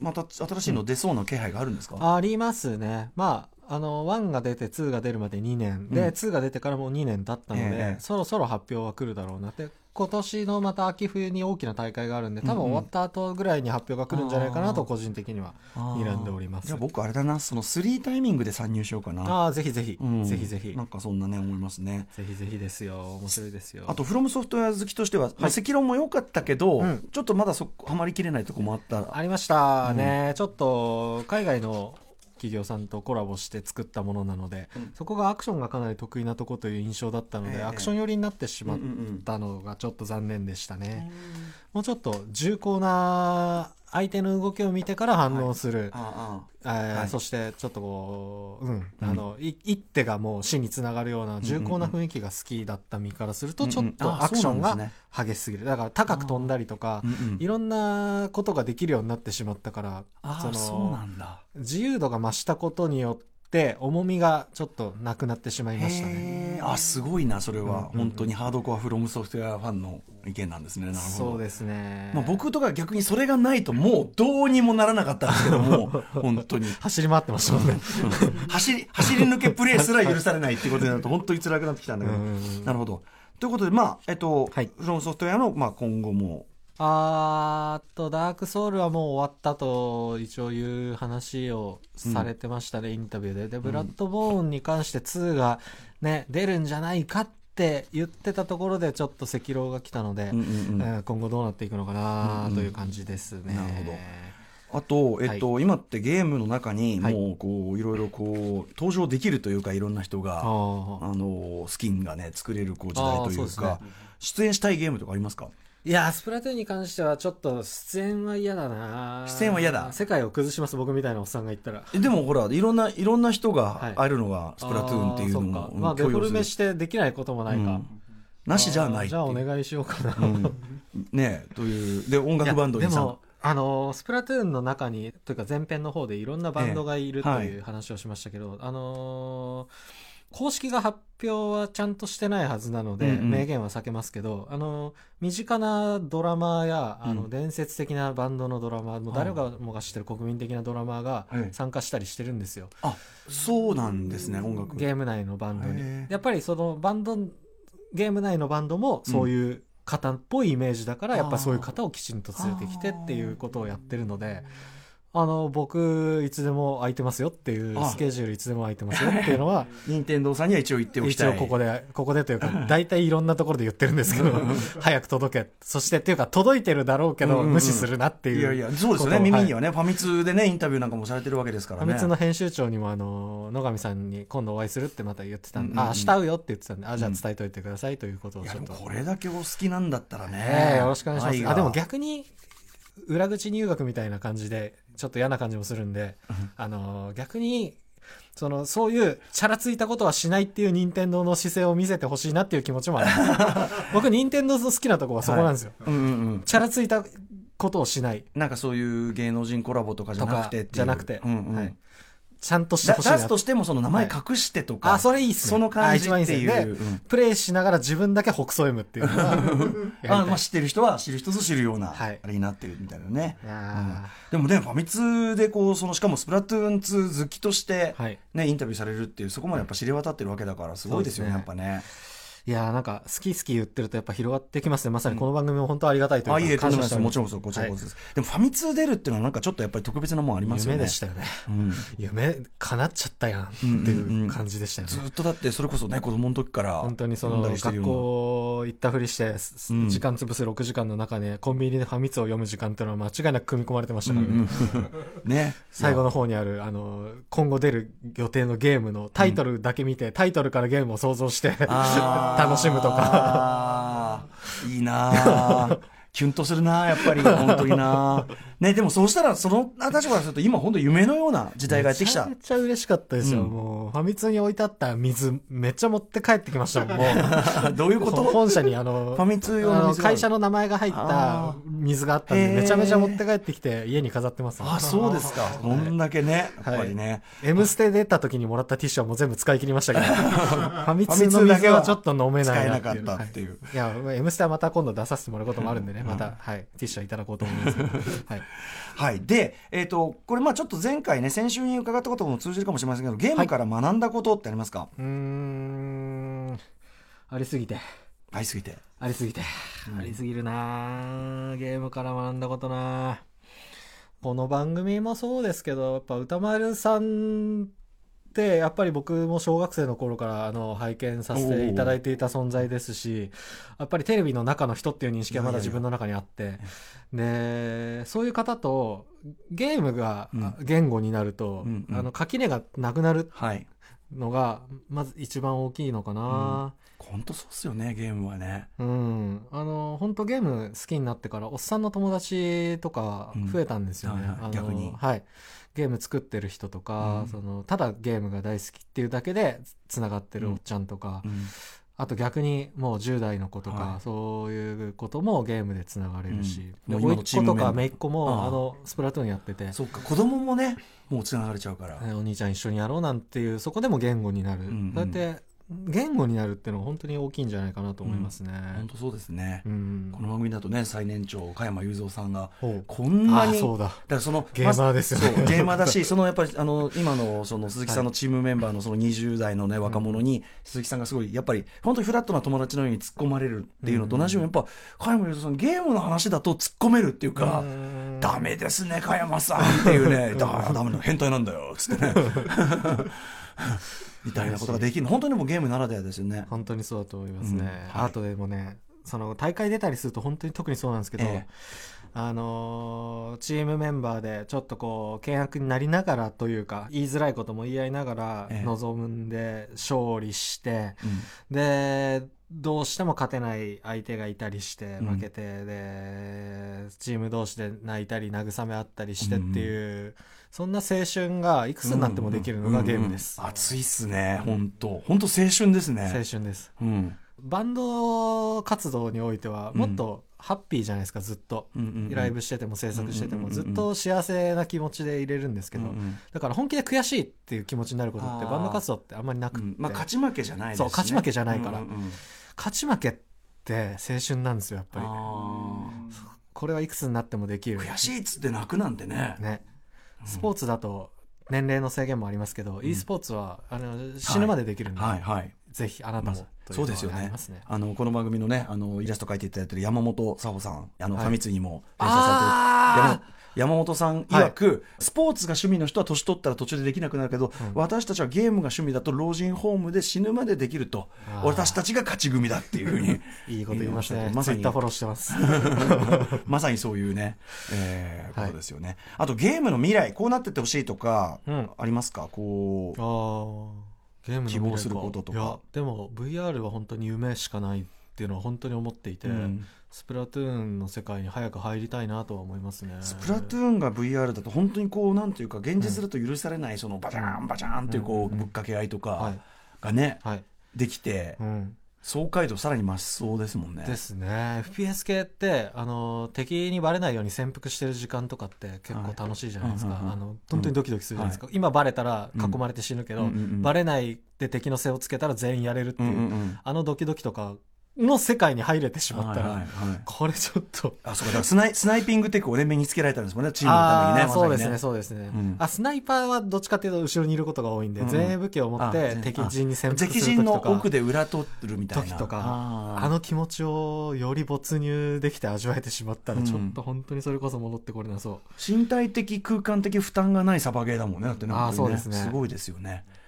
[SPEAKER 1] また新しいの出そうな気配があるんですか、
[SPEAKER 3] ありますねまああの1が出て2が出るまで2年で、
[SPEAKER 1] うん
[SPEAKER 3] 2が出てからもう2年経ったので、
[SPEAKER 1] ええ
[SPEAKER 3] そろそろ発表は来るだろうなって今年のまた秋冬に大きな大会があるんで多
[SPEAKER 1] う
[SPEAKER 3] 分
[SPEAKER 1] んうん
[SPEAKER 3] 終わった後ぐらいに発表が来るんじゃないかなと個人的には
[SPEAKER 1] あー
[SPEAKER 3] 睨んでおります
[SPEAKER 1] じゃあ僕あれだなその3タイミングで参入しようかな、
[SPEAKER 3] ああーぜひぜひ、
[SPEAKER 1] うん
[SPEAKER 3] ぜひぜひ
[SPEAKER 1] なんかそんなね思いますね
[SPEAKER 3] ぜひぜひですよ面白いですよ
[SPEAKER 1] あとフロムソフトウェア好きとしては、まあ、赤論も良かったけど、
[SPEAKER 3] うん
[SPEAKER 1] ちょっとまだそこはまりきれないとこもあった
[SPEAKER 3] ありましたね、ちょっと海外の企業さんとコラボして作ったものなので、そこがアクションがかなり得意なとこという印象だったので、
[SPEAKER 1] ええ
[SPEAKER 3] アクション寄りになってしまっ
[SPEAKER 1] うんうんうん
[SPEAKER 3] たのがちょっと残念でしたね、もうちょっと重厚な相手の動きを見てから反応する、
[SPEAKER 1] ああ
[SPEAKER 3] えー
[SPEAKER 1] はい
[SPEAKER 3] そしてちょっとこう、うんあのい一手がもう死につながるような重厚な雰囲気が好きだった身からすると
[SPEAKER 1] うんうん
[SPEAKER 3] ちょっ
[SPEAKER 1] あ
[SPEAKER 3] とアクション
[SPEAKER 1] そうなん
[SPEAKER 3] が
[SPEAKER 1] で
[SPEAKER 3] 激しすぎるだから高く飛んだりとか、
[SPEAKER 1] うんうん
[SPEAKER 3] いろんなことができるようになってしまったから
[SPEAKER 1] あ
[SPEAKER 3] そ
[SPEAKER 1] あ
[SPEAKER 3] の
[SPEAKER 1] そうなんだ
[SPEAKER 3] 自由度が増したことによって重みがちょっとなくなってしまいましたね。
[SPEAKER 1] へえあすごいなそれは、
[SPEAKER 3] うんうんうん
[SPEAKER 1] 本当にハードコアフロムソフトウェアファンの意見なんですねなるほど
[SPEAKER 3] そうですね、
[SPEAKER 1] まあ、僕とか逆にそれがないともうどうにもならなかったんですけども
[SPEAKER 3] [laughs]
[SPEAKER 1] 本当に
[SPEAKER 3] 走り回ってましたも
[SPEAKER 1] [laughs]
[SPEAKER 3] んね。
[SPEAKER 1] 走り走り抜けプレーすら許されないってことになると本当に辛くなってきたんだけど
[SPEAKER 3] うんうんうん
[SPEAKER 1] なるほどということでまあえっと、
[SPEAKER 3] はい
[SPEAKER 1] フロムソフトウェアの、まあ、今後も
[SPEAKER 3] あーっと、ダークソウルはもう終わったと一応いう話をされてましたね、インタビューで。で、ブラッドボーンに関して2がね、出るんじゃないかって言ってたところでちょっと赤狼が来たので、
[SPEAKER 1] うんうんうん
[SPEAKER 3] えー今後どうなっていくのかなという感じですね。
[SPEAKER 1] なるほどあと、えっと今ってゲームの中に
[SPEAKER 3] はい
[SPEAKER 1] もうこういろいろこう登場できるというかいろんな人が、
[SPEAKER 3] あー
[SPEAKER 1] あのスキンがね作れるこう時代とい
[SPEAKER 3] あーそう
[SPEAKER 1] う
[SPEAKER 3] ですね
[SPEAKER 1] か出演したいゲームとかありますか
[SPEAKER 3] いやー、スプラトゥーンに関してはちょっと出演は嫌だな
[SPEAKER 1] 出演は嫌だ
[SPEAKER 3] 世界を崩します、僕みたいなおっさんが言ったら。
[SPEAKER 1] えでもほらいろんないろんな人
[SPEAKER 3] は
[SPEAKER 1] が
[SPEAKER 3] い
[SPEAKER 1] 会えるのがスプラトゥーンっていうの
[SPEAKER 3] あーそ
[SPEAKER 1] も
[SPEAKER 3] っか
[SPEAKER 1] うん
[SPEAKER 3] まあ、デフォルメ
[SPEAKER 1] る
[SPEAKER 3] してできないこともないか。
[SPEAKER 1] うんなしじゃないって
[SPEAKER 3] じゃ
[SPEAKER 1] い
[SPEAKER 3] あお
[SPEAKER 1] う
[SPEAKER 3] 願いしようかな。
[SPEAKER 1] うんねえというで音
[SPEAKER 3] いや
[SPEAKER 1] 楽バンドに
[SPEAKER 3] で
[SPEAKER 1] さ
[SPEAKER 3] も、あのースプラトゥーンの中に、というか前編の方でいろんなバンドがいると
[SPEAKER 1] ええ
[SPEAKER 3] いう話をしましたけど、あのー公式が発表はちゃんとしてないはずなので、
[SPEAKER 1] うんうん
[SPEAKER 3] 名言は避けますけど、あのー身近なドラマーや、あ
[SPEAKER 1] う
[SPEAKER 3] の、
[SPEAKER 1] ん
[SPEAKER 3] 伝説的なバンドのドラマー、もう誰がもが知ってる国民的なドラマーが
[SPEAKER 1] ええ
[SPEAKER 3] 参加したりしてるんですよ。
[SPEAKER 1] あそうなんですね音楽
[SPEAKER 3] ゲーム内のバンド
[SPEAKER 1] へ
[SPEAKER 3] に
[SPEAKER 1] え。
[SPEAKER 3] やっぱりそのバンド、ゲーム内のバンドもそういう方っぽいイメージだから、
[SPEAKER 1] うん
[SPEAKER 3] やっぱそういう方をきちんと連れてきてっていうことをやってるので、あの、僕、いつでも空いてますよっていう、
[SPEAKER 1] あ
[SPEAKER 3] スケジュールいつでも空いてますよっていうの
[SPEAKER 1] [laughs]
[SPEAKER 3] は、
[SPEAKER 1] 任天堂さんには一応言っておき
[SPEAKER 3] 一
[SPEAKER 1] たい
[SPEAKER 3] 応ここで、ここでとい
[SPEAKER 1] [laughs]
[SPEAKER 3] うか、大体いろんなところで言ってるんですけど、早く届け。そしてっていうか、届いてるだろうけ
[SPEAKER 1] うん
[SPEAKER 3] ど、
[SPEAKER 1] うんうん
[SPEAKER 3] 無視するなっていう。
[SPEAKER 1] いやいやそうですよね
[SPEAKER 3] ことを
[SPEAKER 1] 耳にはねファミ通でねインタビューなんかもされてるわけですから
[SPEAKER 3] 破
[SPEAKER 1] ね
[SPEAKER 3] 滅の編集長にもあの野上さんに今度お会いするってまた言ってたんで、
[SPEAKER 1] うんうんうん
[SPEAKER 3] あ明日会うよって言ってたんであじゃあ伝えといてくださいということを
[SPEAKER 1] いや
[SPEAKER 3] ち
[SPEAKER 1] で
[SPEAKER 3] ょっ
[SPEAKER 1] も
[SPEAKER 3] と、
[SPEAKER 1] これだけお好きなんだったらね
[SPEAKER 3] ええよろしくお願いしま
[SPEAKER 1] 愛
[SPEAKER 3] す
[SPEAKER 1] が
[SPEAKER 3] あでも逆に裏口入学みたいな感じでちょっと嫌な感じもするんで、あの逆にそのそういうチャラついたことはしないっていう任天堂の姿勢を見せてほしいなっていう気持ちもあ
[SPEAKER 1] [laughs]
[SPEAKER 3] ります僕任天堂の好きなとこはそこなんですよ、
[SPEAKER 1] うんうんうん
[SPEAKER 3] チャラついたことをしない
[SPEAKER 1] なんかそういう芸能人コラボとかじゃなくてっていう
[SPEAKER 3] とかじゃなくて
[SPEAKER 1] うんうん
[SPEAKER 3] はいちゃんとして
[SPEAKER 1] だ
[SPEAKER 3] ほしいな
[SPEAKER 1] 出すとしてもその名前隠してとか、
[SPEAKER 3] あ、それいいっすね。
[SPEAKER 1] その感じ
[SPEAKER 3] あ一番いいっす
[SPEAKER 1] っ
[SPEAKER 3] ね
[SPEAKER 1] ていう
[SPEAKER 3] で
[SPEAKER 1] うん
[SPEAKER 3] プレイしながら自分だけ北総 M っていうの
[SPEAKER 1] [laughs]
[SPEAKER 3] が
[SPEAKER 1] あまあ、知ってる人は知る人ぞ知るような、
[SPEAKER 3] はい
[SPEAKER 1] あれになってるみたいなね、
[SPEAKER 3] あ
[SPEAKER 1] うんでもねファミ通でこうそのしかもスプラトゥーン2好きとして、
[SPEAKER 3] はい
[SPEAKER 1] ね、インタビューされるっていうそこまでやっぱ知れ渡ってるわけだからすごいですよねや
[SPEAKER 3] そう
[SPEAKER 1] っ
[SPEAKER 3] です
[SPEAKER 1] ぱね
[SPEAKER 3] いやーなんか、好き好き言ってるとやっぱ広がってきますね。まさにこの番組も本当ありがたいというか、
[SPEAKER 1] あいえとん
[SPEAKER 3] 感
[SPEAKER 1] で
[SPEAKER 3] 謝
[SPEAKER 1] もないですも
[SPEAKER 3] しております
[SPEAKER 1] ちろんそうこちらこそです、でもファミ通出るっていうのはなんかちょっとやっぱり特別なもんありますよね
[SPEAKER 3] 夢でしたよね。 [laughs]
[SPEAKER 1] うん
[SPEAKER 3] 夢、叶っちゃったやんっていう感じでしたよね。
[SPEAKER 1] ずっとだってそれこそね子供の時から
[SPEAKER 3] 本当にそ
[SPEAKER 1] 飲ん
[SPEAKER 3] の
[SPEAKER 1] だりしてるよう
[SPEAKER 3] 学
[SPEAKER 1] な
[SPEAKER 3] 校行ったふりして、す
[SPEAKER 1] うん
[SPEAKER 3] 時間潰す6時間の中でコンビニでファミツを読む時間っていうのは間違いなく組み込まれてましたからね、
[SPEAKER 1] ね
[SPEAKER 3] 最後の方にある、あの、今後出る予定のゲームのタイトルだけ見て、タイトルからゲームを想像して、 [laughs]
[SPEAKER 1] あー
[SPEAKER 3] 楽しむとか。
[SPEAKER 1] あ
[SPEAKER 3] [laughs]
[SPEAKER 1] ーいいなあキュンとするな、やっぱり、本当にな。ね、でもそうしたら、その立場からすると、今、本当夢のような時代がやってきた
[SPEAKER 3] め。ちゃめちゃ嬉しかったですよ、
[SPEAKER 1] うん
[SPEAKER 3] もうファミ通に置いてあった水めっちゃ持って帰ってきましたも
[SPEAKER 1] [laughs]
[SPEAKER 3] んも
[SPEAKER 1] どういう
[SPEAKER 3] う
[SPEAKER 1] こと
[SPEAKER 3] 本社にあの
[SPEAKER 1] ファミ通用
[SPEAKER 3] あ
[SPEAKER 1] の
[SPEAKER 3] の
[SPEAKER 1] 水がある
[SPEAKER 3] 会社の名前が入っ
[SPEAKER 1] あ
[SPEAKER 3] た水があったん
[SPEAKER 1] へー
[SPEAKER 3] でめちゃめちゃ持って帰ってきて家に飾ってます
[SPEAKER 1] あ、そうですか。こんだけね、やっぱりね。
[SPEAKER 3] 「M ステ」出た時にもらったティッシュはもう全部使い切り
[SPEAKER 1] [laughs]
[SPEAKER 3] ましたけどファミ
[SPEAKER 1] ファ
[SPEAKER 3] 通
[SPEAKER 1] ミ
[SPEAKER 3] の
[SPEAKER 1] 通だけ
[SPEAKER 3] 水
[SPEAKER 1] は
[SPEAKER 3] はちょっと飲め
[SPEAKER 1] 使
[SPEAKER 3] な
[SPEAKER 1] え
[SPEAKER 3] い
[SPEAKER 1] な
[SPEAKER 3] な
[SPEAKER 1] か
[SPEAKER 3] ってい
[SPEAKER 1] っ
[SPEAKER 3] う
[SPEAKER 1] たっていう。
[SPEAKER 3] いや、M ステはまた今度出させてもらうこともあるんでね、また、はい、ティッシュはいただこうと思います。はい。
[SPEAKER 1] はい。で、えっ、と、これ、まあちょっと前回ね、先週に伺ったことも通じるかもしれませんけど、ゲームから学んだことってありますか、
[SPEAKER 3] うーん、ありすぎて、
[SPEAKER 1] ありすぎて。
[SPEAKER 3] ありすぎて、ありすぎるなあゲームから学んだことなあこの番組もそうですけど、やっぱ歌丸さんって、やっぱり僕も小学生の頃からあの拝見させていただいていた存在ですし、やっぱりテレビの中の人っていう認識はまだ自分の中にあって、で、そういう方と、ゲームが
[SPEAKER 1] うん
[SPEAKER 3] 言語になると、
[SPEAKER 1] うんうん
[SPEAKER 3] あの垣根がなくなる
[SPEAKER 1] はい。
[SPEAKER 3] のが、まず一番大きいのかな、
[SPEAKER 1] 本当そうっすよね、ゲームはね。
[SPEAKER 3] うん、あの本当ゲーム好きになってからおっさんの友達とか増えたんですよね、
[SPEAKER 1] うんはいはい
[SPEAKER 3] あの
[SPEAKER 1] 逆に
[SPEAKER 3] はい、ゲーム作ってる人と
[SPEAKER 1] う
[SPEAKER 3] か、
[SPEAKER 1] ん
[SPEAKER 3] そのただゲームが大好きっていうだけでつながってるおっちゃんとか、
[SPEAKER 1] うん。
[SPEAKER 3] あと逆にもう10代の子とか、
[SPEAKER 1] はい
[SPEAKER 3] そういうこともゲームでつながれるし、
[SPEAKER 1] うん
[SPEAKER 3] 甥
[SPEAKER 1] もう今の
[SPEAKER 3] っ
[SPEAKER 1] チー
[SPEAKER 3] 子
[SPEAKER 1] ム
[SPEAKER 3] と
[SPEAKER 1] メンバー
[SPEAKER 3] か姪っ子
[SPEAKER 1] あ
[SPEAKER 3] も
[SPEAKER 1] あ
[SPEAKER 3] あのスプラトゥーンやってて、
[SPEAKER 1] そっか、子供もね、もう繋がれちゃうから。
[SPEAKER 3] えお兄ちゃん一緒にやろうなんていうそこでも言語になる、
[SPEAKER 1] うんうん
[SPEAKER 3] そうやって言語になるっていうのは本当に大きいんじゃないかなと思いますね。
[SPEAKER 1] 本当そうですね。
[SPEAKER 3] うん
[SPEAKER 1] この番組だとね、最年長、加山雄三さんが、
[SPEAKER 3] ほう
[SPEAKER 1] こんな
[SPEAKER 3] あ
[SPEAKER 1] に、
[SPEAKER 3] そうだ
[SPEAKER 1] だからその
[SPEAKER 3] ゲーマーですよね
[SPEAKER 1] まずそうゲーマー
[SPEAKER 3] [laughs]
[SPEAKER 1] だし、そのやっぱりあの今のその鈴木さんのチームメンバーのその20代の、ね、若者に、鈴木さんがすごい、やっぱり本当にフラットな友達のように突っ込まれるっていうのと同じように、やっぱ加山雄三さん、ゲームの話だと突っ込めるっていうか、ダメですね、加山さんっていう
[SPEAKER 3] [laughs]
[SPEAKER 1] ね、だダメなの、変態なんだよつってね。みたいなことができるの本当にもうゲームならではですよね。
[SPEAKER 3] 本当にそうだと思いますね、
[SPEAKER 1] うんはい
[SPEAKER 3] アートでもねその大会出たりすると本当に特にそうなんですけど、
[SPEAKER 1] ええ
[SPEAKER 3] あのーチームメンバーでちょっとこう険悪になりながらというか言いづらいことも言い合いながら
[SPEAKER 1] ええ
[SPEAKER 3] 臨むんで、勝利して
[SPEAKER 1] うん
[SPEAKER 3] でどうしても勝てない相手がいたりして
[SPEAKER 1] うん
[SPEAKER 3] 負けて、でチーム同士で泣いたり慰め合ったりしてっていう、そんな青春がいくつになってもできるのがゲームです、
[SPEAKER 1] うんうん熱いっすね、本当本当青春です
[SPEAKER 3] 青
[SPEAKER 1] ね。
[SPEAKER 3] 春です
[SPEAKER 1] うん。
[SPEAKER 3] バンド活動においてはもっとハッピーじゃないですか、ずっと。
[SPEAKER 1] うんうんうん
[SPEAKER 3] ライブしてても制作してて
[SPEAKER 1] うんう
[SPEAKER 3] も
[SPEAKER 1] んうんう
[SPEAKER 3] ず
[SPEAKER 1] ん
[SPEAKER 3] っと幸せな気持ちでいれるんですけど、
[SPEAKER 1] うんうん
[SPEAKER 3] だから本気で悔しいっていう気持ちになることって
[SPEAKER 1] あー
[SPEAKER 3] バンド活動ってあんまりなく
[SPEAKER 1] う
[SPEAKER 3] って、
[SPEAKER 1] んまあ、勝ち負けじゃないですね
[SPEAKER 3] そう勝ち負けじゃないから
[SPEAKER 1] うんうんうん
[SPEAKER 3] 勝ち負けって青春なんですよやっぱり
[SPEAKER 1] あ
[SPEAKER 3] これはいくつになってもでき
[SPEAKER 1] ー
[SPEAKER 3] る
[SPEAKER 1] 悔しいっつって泣くなんてね
[SPEAKER 3] ねスポーツだと年齢の制限もありますけど、e スポーツはあの死ぬまでできるんで、
[SPEAKER 1] はいはい
[SPEAKER 3] ぜひあなたもとい
[SPEAKER 1] そうですよ
[SPEAKER 3] のがあり
[SPEAKER 1] ね
[SPEAKER 3] ますね。
[SPEAKER 1] あのこの番組のねあのイラスト描いていただいてる山本佐保さんあの
[SPEAKER 3] はい
[SPEAKER 1] ファミ通にも連載されて
[SPEAKER 3] あ
[SPEAKER 1] る山山本さん曰く、スポーツが趣味の人は年取ったら途中でできなくなるけど、
[SPEAKER 3] うん
[SPEAKER 1] 私たちはゲームが趣味だと老人ホームで死ぬまでできると
[SPEAKER 3] あー
[SPEAKER 1] 私たちが勝ち組だっていうふう
[SPEAKER 3] [laughs]
[SPEAKER 1] に
[SPEAKER 3] ーいいこと言いましたね。
[SPEAKER 1] まさに
[SPEAKER 3] Twitter フォローし
[SPEAKER 1] [laughs]
[SPEAKER 3] てます。
[SPEAKER 1] まさにそういうね、えー
[SPEAKER 3] はい
[SPEAKER 1] ことですよね。あとゲームの未来、こうなってってほしいとか、
[SPEAKER 3] うん
[SPEAKER 1] ありますかこう。
[SPEAKER 3] ああゲームの未来
[SPEAKER 1] 希望することとか
[SPEAKER 3] いやでも VR は本当に夢しかないっていうのは本当に思っていて、
[SPEAKER 1] うん
[SPEAKER 3] スプラトゥーンの世界に早く入りたいなとは思いますね
[SPEAKER 1] スプラトゥ
[SPEAKER 3] ー
[SPEAKER 1] ー
[SPEAKER 3] ン
[SPEAKER 1] ンが VR だと本当にこうなんていうか現実だと許されないそのバチャーンバチャーンっていうこうぶっかけ合いと
[SPEAKER 3] は
[SPEAKER 1] か
[SPEAKER 3] い
[SPEAKER 1] がね
[SPEAKER 3] はい、
[SPEAKER 1] できて
[SPEAKER 3] うん、
[SPEAKER 1] 爽快度さらに増しそうですもんね。
[SPEAKER 3] ですね FPS 系ってあの敵にバレないように潜伏してる時間とかって結構楽しいじゃないですか、
[SPEAKER 1] はいうんうんうん
[SPEAKER 3] あの本当にドキドキするじゃないですか、今バレたら囲まれて死ぬけど、
[SPEAKER 1] うんうんうん
[SPEAKER 3] バレないで敵の背をつけたら全員やれるって
[SPEAKER 1] う
[SPEAKER 3] い
[SPEAKER 1] ん
[SPEAKER 3] う、
[SPEAKER 1] うんうん。
[SPEAKER 3] あのドキドキとかの世界に入れてしまったら、
[SPEAKER 1] はいはいはい
[SPEAKER 3] これちょっと
[SPEAKER 1] あそうかだからスナイスナイピングテクをね目につけられたんですもんねチームのた
[SPEAKER 3] あ
[SPEAKER 1] めにね
[SPEAKER 3] ー
[SPEAKER 1] まさ
[SPEAKER 3] そ
[SPEAKER 1] に
[SPEAKER 3] う
[SPEAKER 1] ね
[SPEAKER 3] ですね、そうですね。
[SPEAKER 1] うん
[SPEAKER 3] あ、スナイパーはどっちかというと後ろにいることが多いんで、
[SPEAKER 1] うんうん
[SPEAKER 3] 前衛武器を持っ
[SPEAKER 1] あ
[SPEAKER 3] て
[SPEAKER 1] 全
[SPEAKER 3] 敵陣に潜伏
[SPEAKER 1] 敵
[SPEAKER 3] す
[SPEAKER 1] 陣
[SPEAKER 3] る時
[SPEAKER 1] の
[SPEAKER 3] とか
[SPEAKER 1] 奥、で裏取るみたいな
[SPEAKER 3] 時とか
[SPEAKER 1] あー
[SPEAKER 3] あの気持ちをより没入できて味わえてしまった
[SPEAKER 1] う
[SPEAKER 3] ら、
[SPEAKER 1] ん
[SPEAKER 3] ちょっと本当にそれこそ戻ってこれなそう。
[SPEAKER 1] 身体的空間的負担がないサバゲーだもんねだってね
[SPEAKER 3] あー
[SPEAKER 1] 本当に
[SPEAKER 3] そうですね
[SPEAKER 1] すごいですよね、うん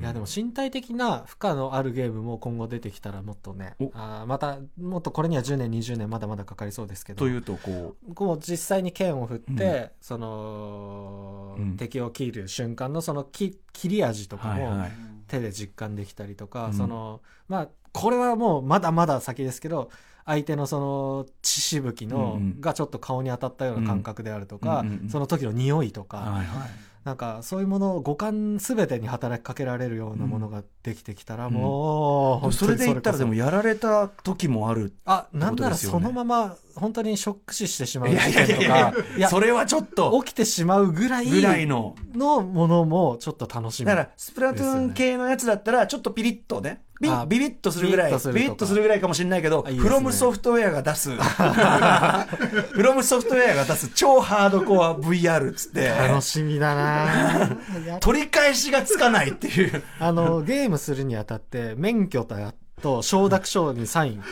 [SPEAKER 3] いや、でも身体的な負荷のあるゲームも今後出てきたらもっとね
[SPEAKER 1] お、
[SPEAKER 3] あーまた、もっとこれには10年、20年まだまだかかりそうですけど。
[SPEAKER 1] というとこ
[SPEAKER 3] こう実際に剣を振っ
[SPEAKER 1] う
[SPEAKER 3] て、
[SPEAKER 1] ん
[SPEAKER 3] その、
[SPEAKER 1] うん
[SPEAKER 3] 敵を切る瞬間のその切切り味と
[SPEAKER 1] う
[SPEAKER 3] かも、
[SPEAKER 1] はいはい
[SPEAKER 3] 手で実感できたりとか、
[SPEAKER 1] うん
[SPEAKER 3] そのまあこれはもうまだまだ先ですけど相手のその血しぶきの、
[SPEAKER 1] うんうん
[SPEAKER 3] がちょっと顔に当たったような感覚であるとか、
[SPEAKER 1] うんうんうん
[SPEAKER 3] その時の匂いとか、
[SPEAKER 1] はいはい
[SPEAKER 3] なんかそういうものを五感すべてに働きかけられるようなものができてきたら、
[SPEAKER 1] うん
[SPEAKER 3] もう、本当に
[SPEAKER 1] それで言ったら
[SPEAKER 3] こ
[SPEAKER 1] で
[SPEAKER 3] そ
[SPEAKER 1] もやられた時もある
[SPEAKER 3] あな
[SPEAKER 1] っ
[SPEAKER 3] んな
[SPEAKER 1] てことで
[SPEAKER 3] ら
[SPEAKER 1] すよ
[SPEAKER 3] そ
[SPEAKER 1] ね
[SPEAKER 3] のまま本当にショック死してしまう
[SPEAKER 1] いやいやい
[SPEAKER 3] 事
[SPEAKER 1] や
[SPEAKER 3] 件
[SPEAKER 1] い
[SPEAKER 3] と
[SPEAKER 1] や
[SPEAKER 3] かいや
[SPEAKER 1] それはちょっと
[SPEAKER 3] 起きてしまうぐらい
[SPEAKER 1] ぐらいの
[SPEAKER 3] のものもちょっと楽しみ
[SPEAKER 1] だからスプラトゥーン系のやつだったらちょっとピリッとねビ
[SPEAKER 3] あ
[SPEAKER 1] ビビッとするぐらい
[SPEAKER 3] ビ
[SPEAKER 1] ビ
[SPEAKER 3] リ
[SPEAKER 1] リ
[SPEAKER 3] ッとするとか
[SPEAKER 1] ッとするぐらいかもしれないけど
[SPEAKER 3] あいいです
[SPEAKER 1] フ
[SPEAKER 3] ね
[SPEAKER 1] ロムソフトウェアが出す [laughs] フロムソフトウェアが出す超ハードコア VR っつって
[SPEAKER 3] 楽しみだなぁ [laughs] いや
[SPEAKER 1] 取り返しがつかないっていう
[SPEAKER 3] あの [laughs] ゲームするにあたって免許とやと承諾書にサイン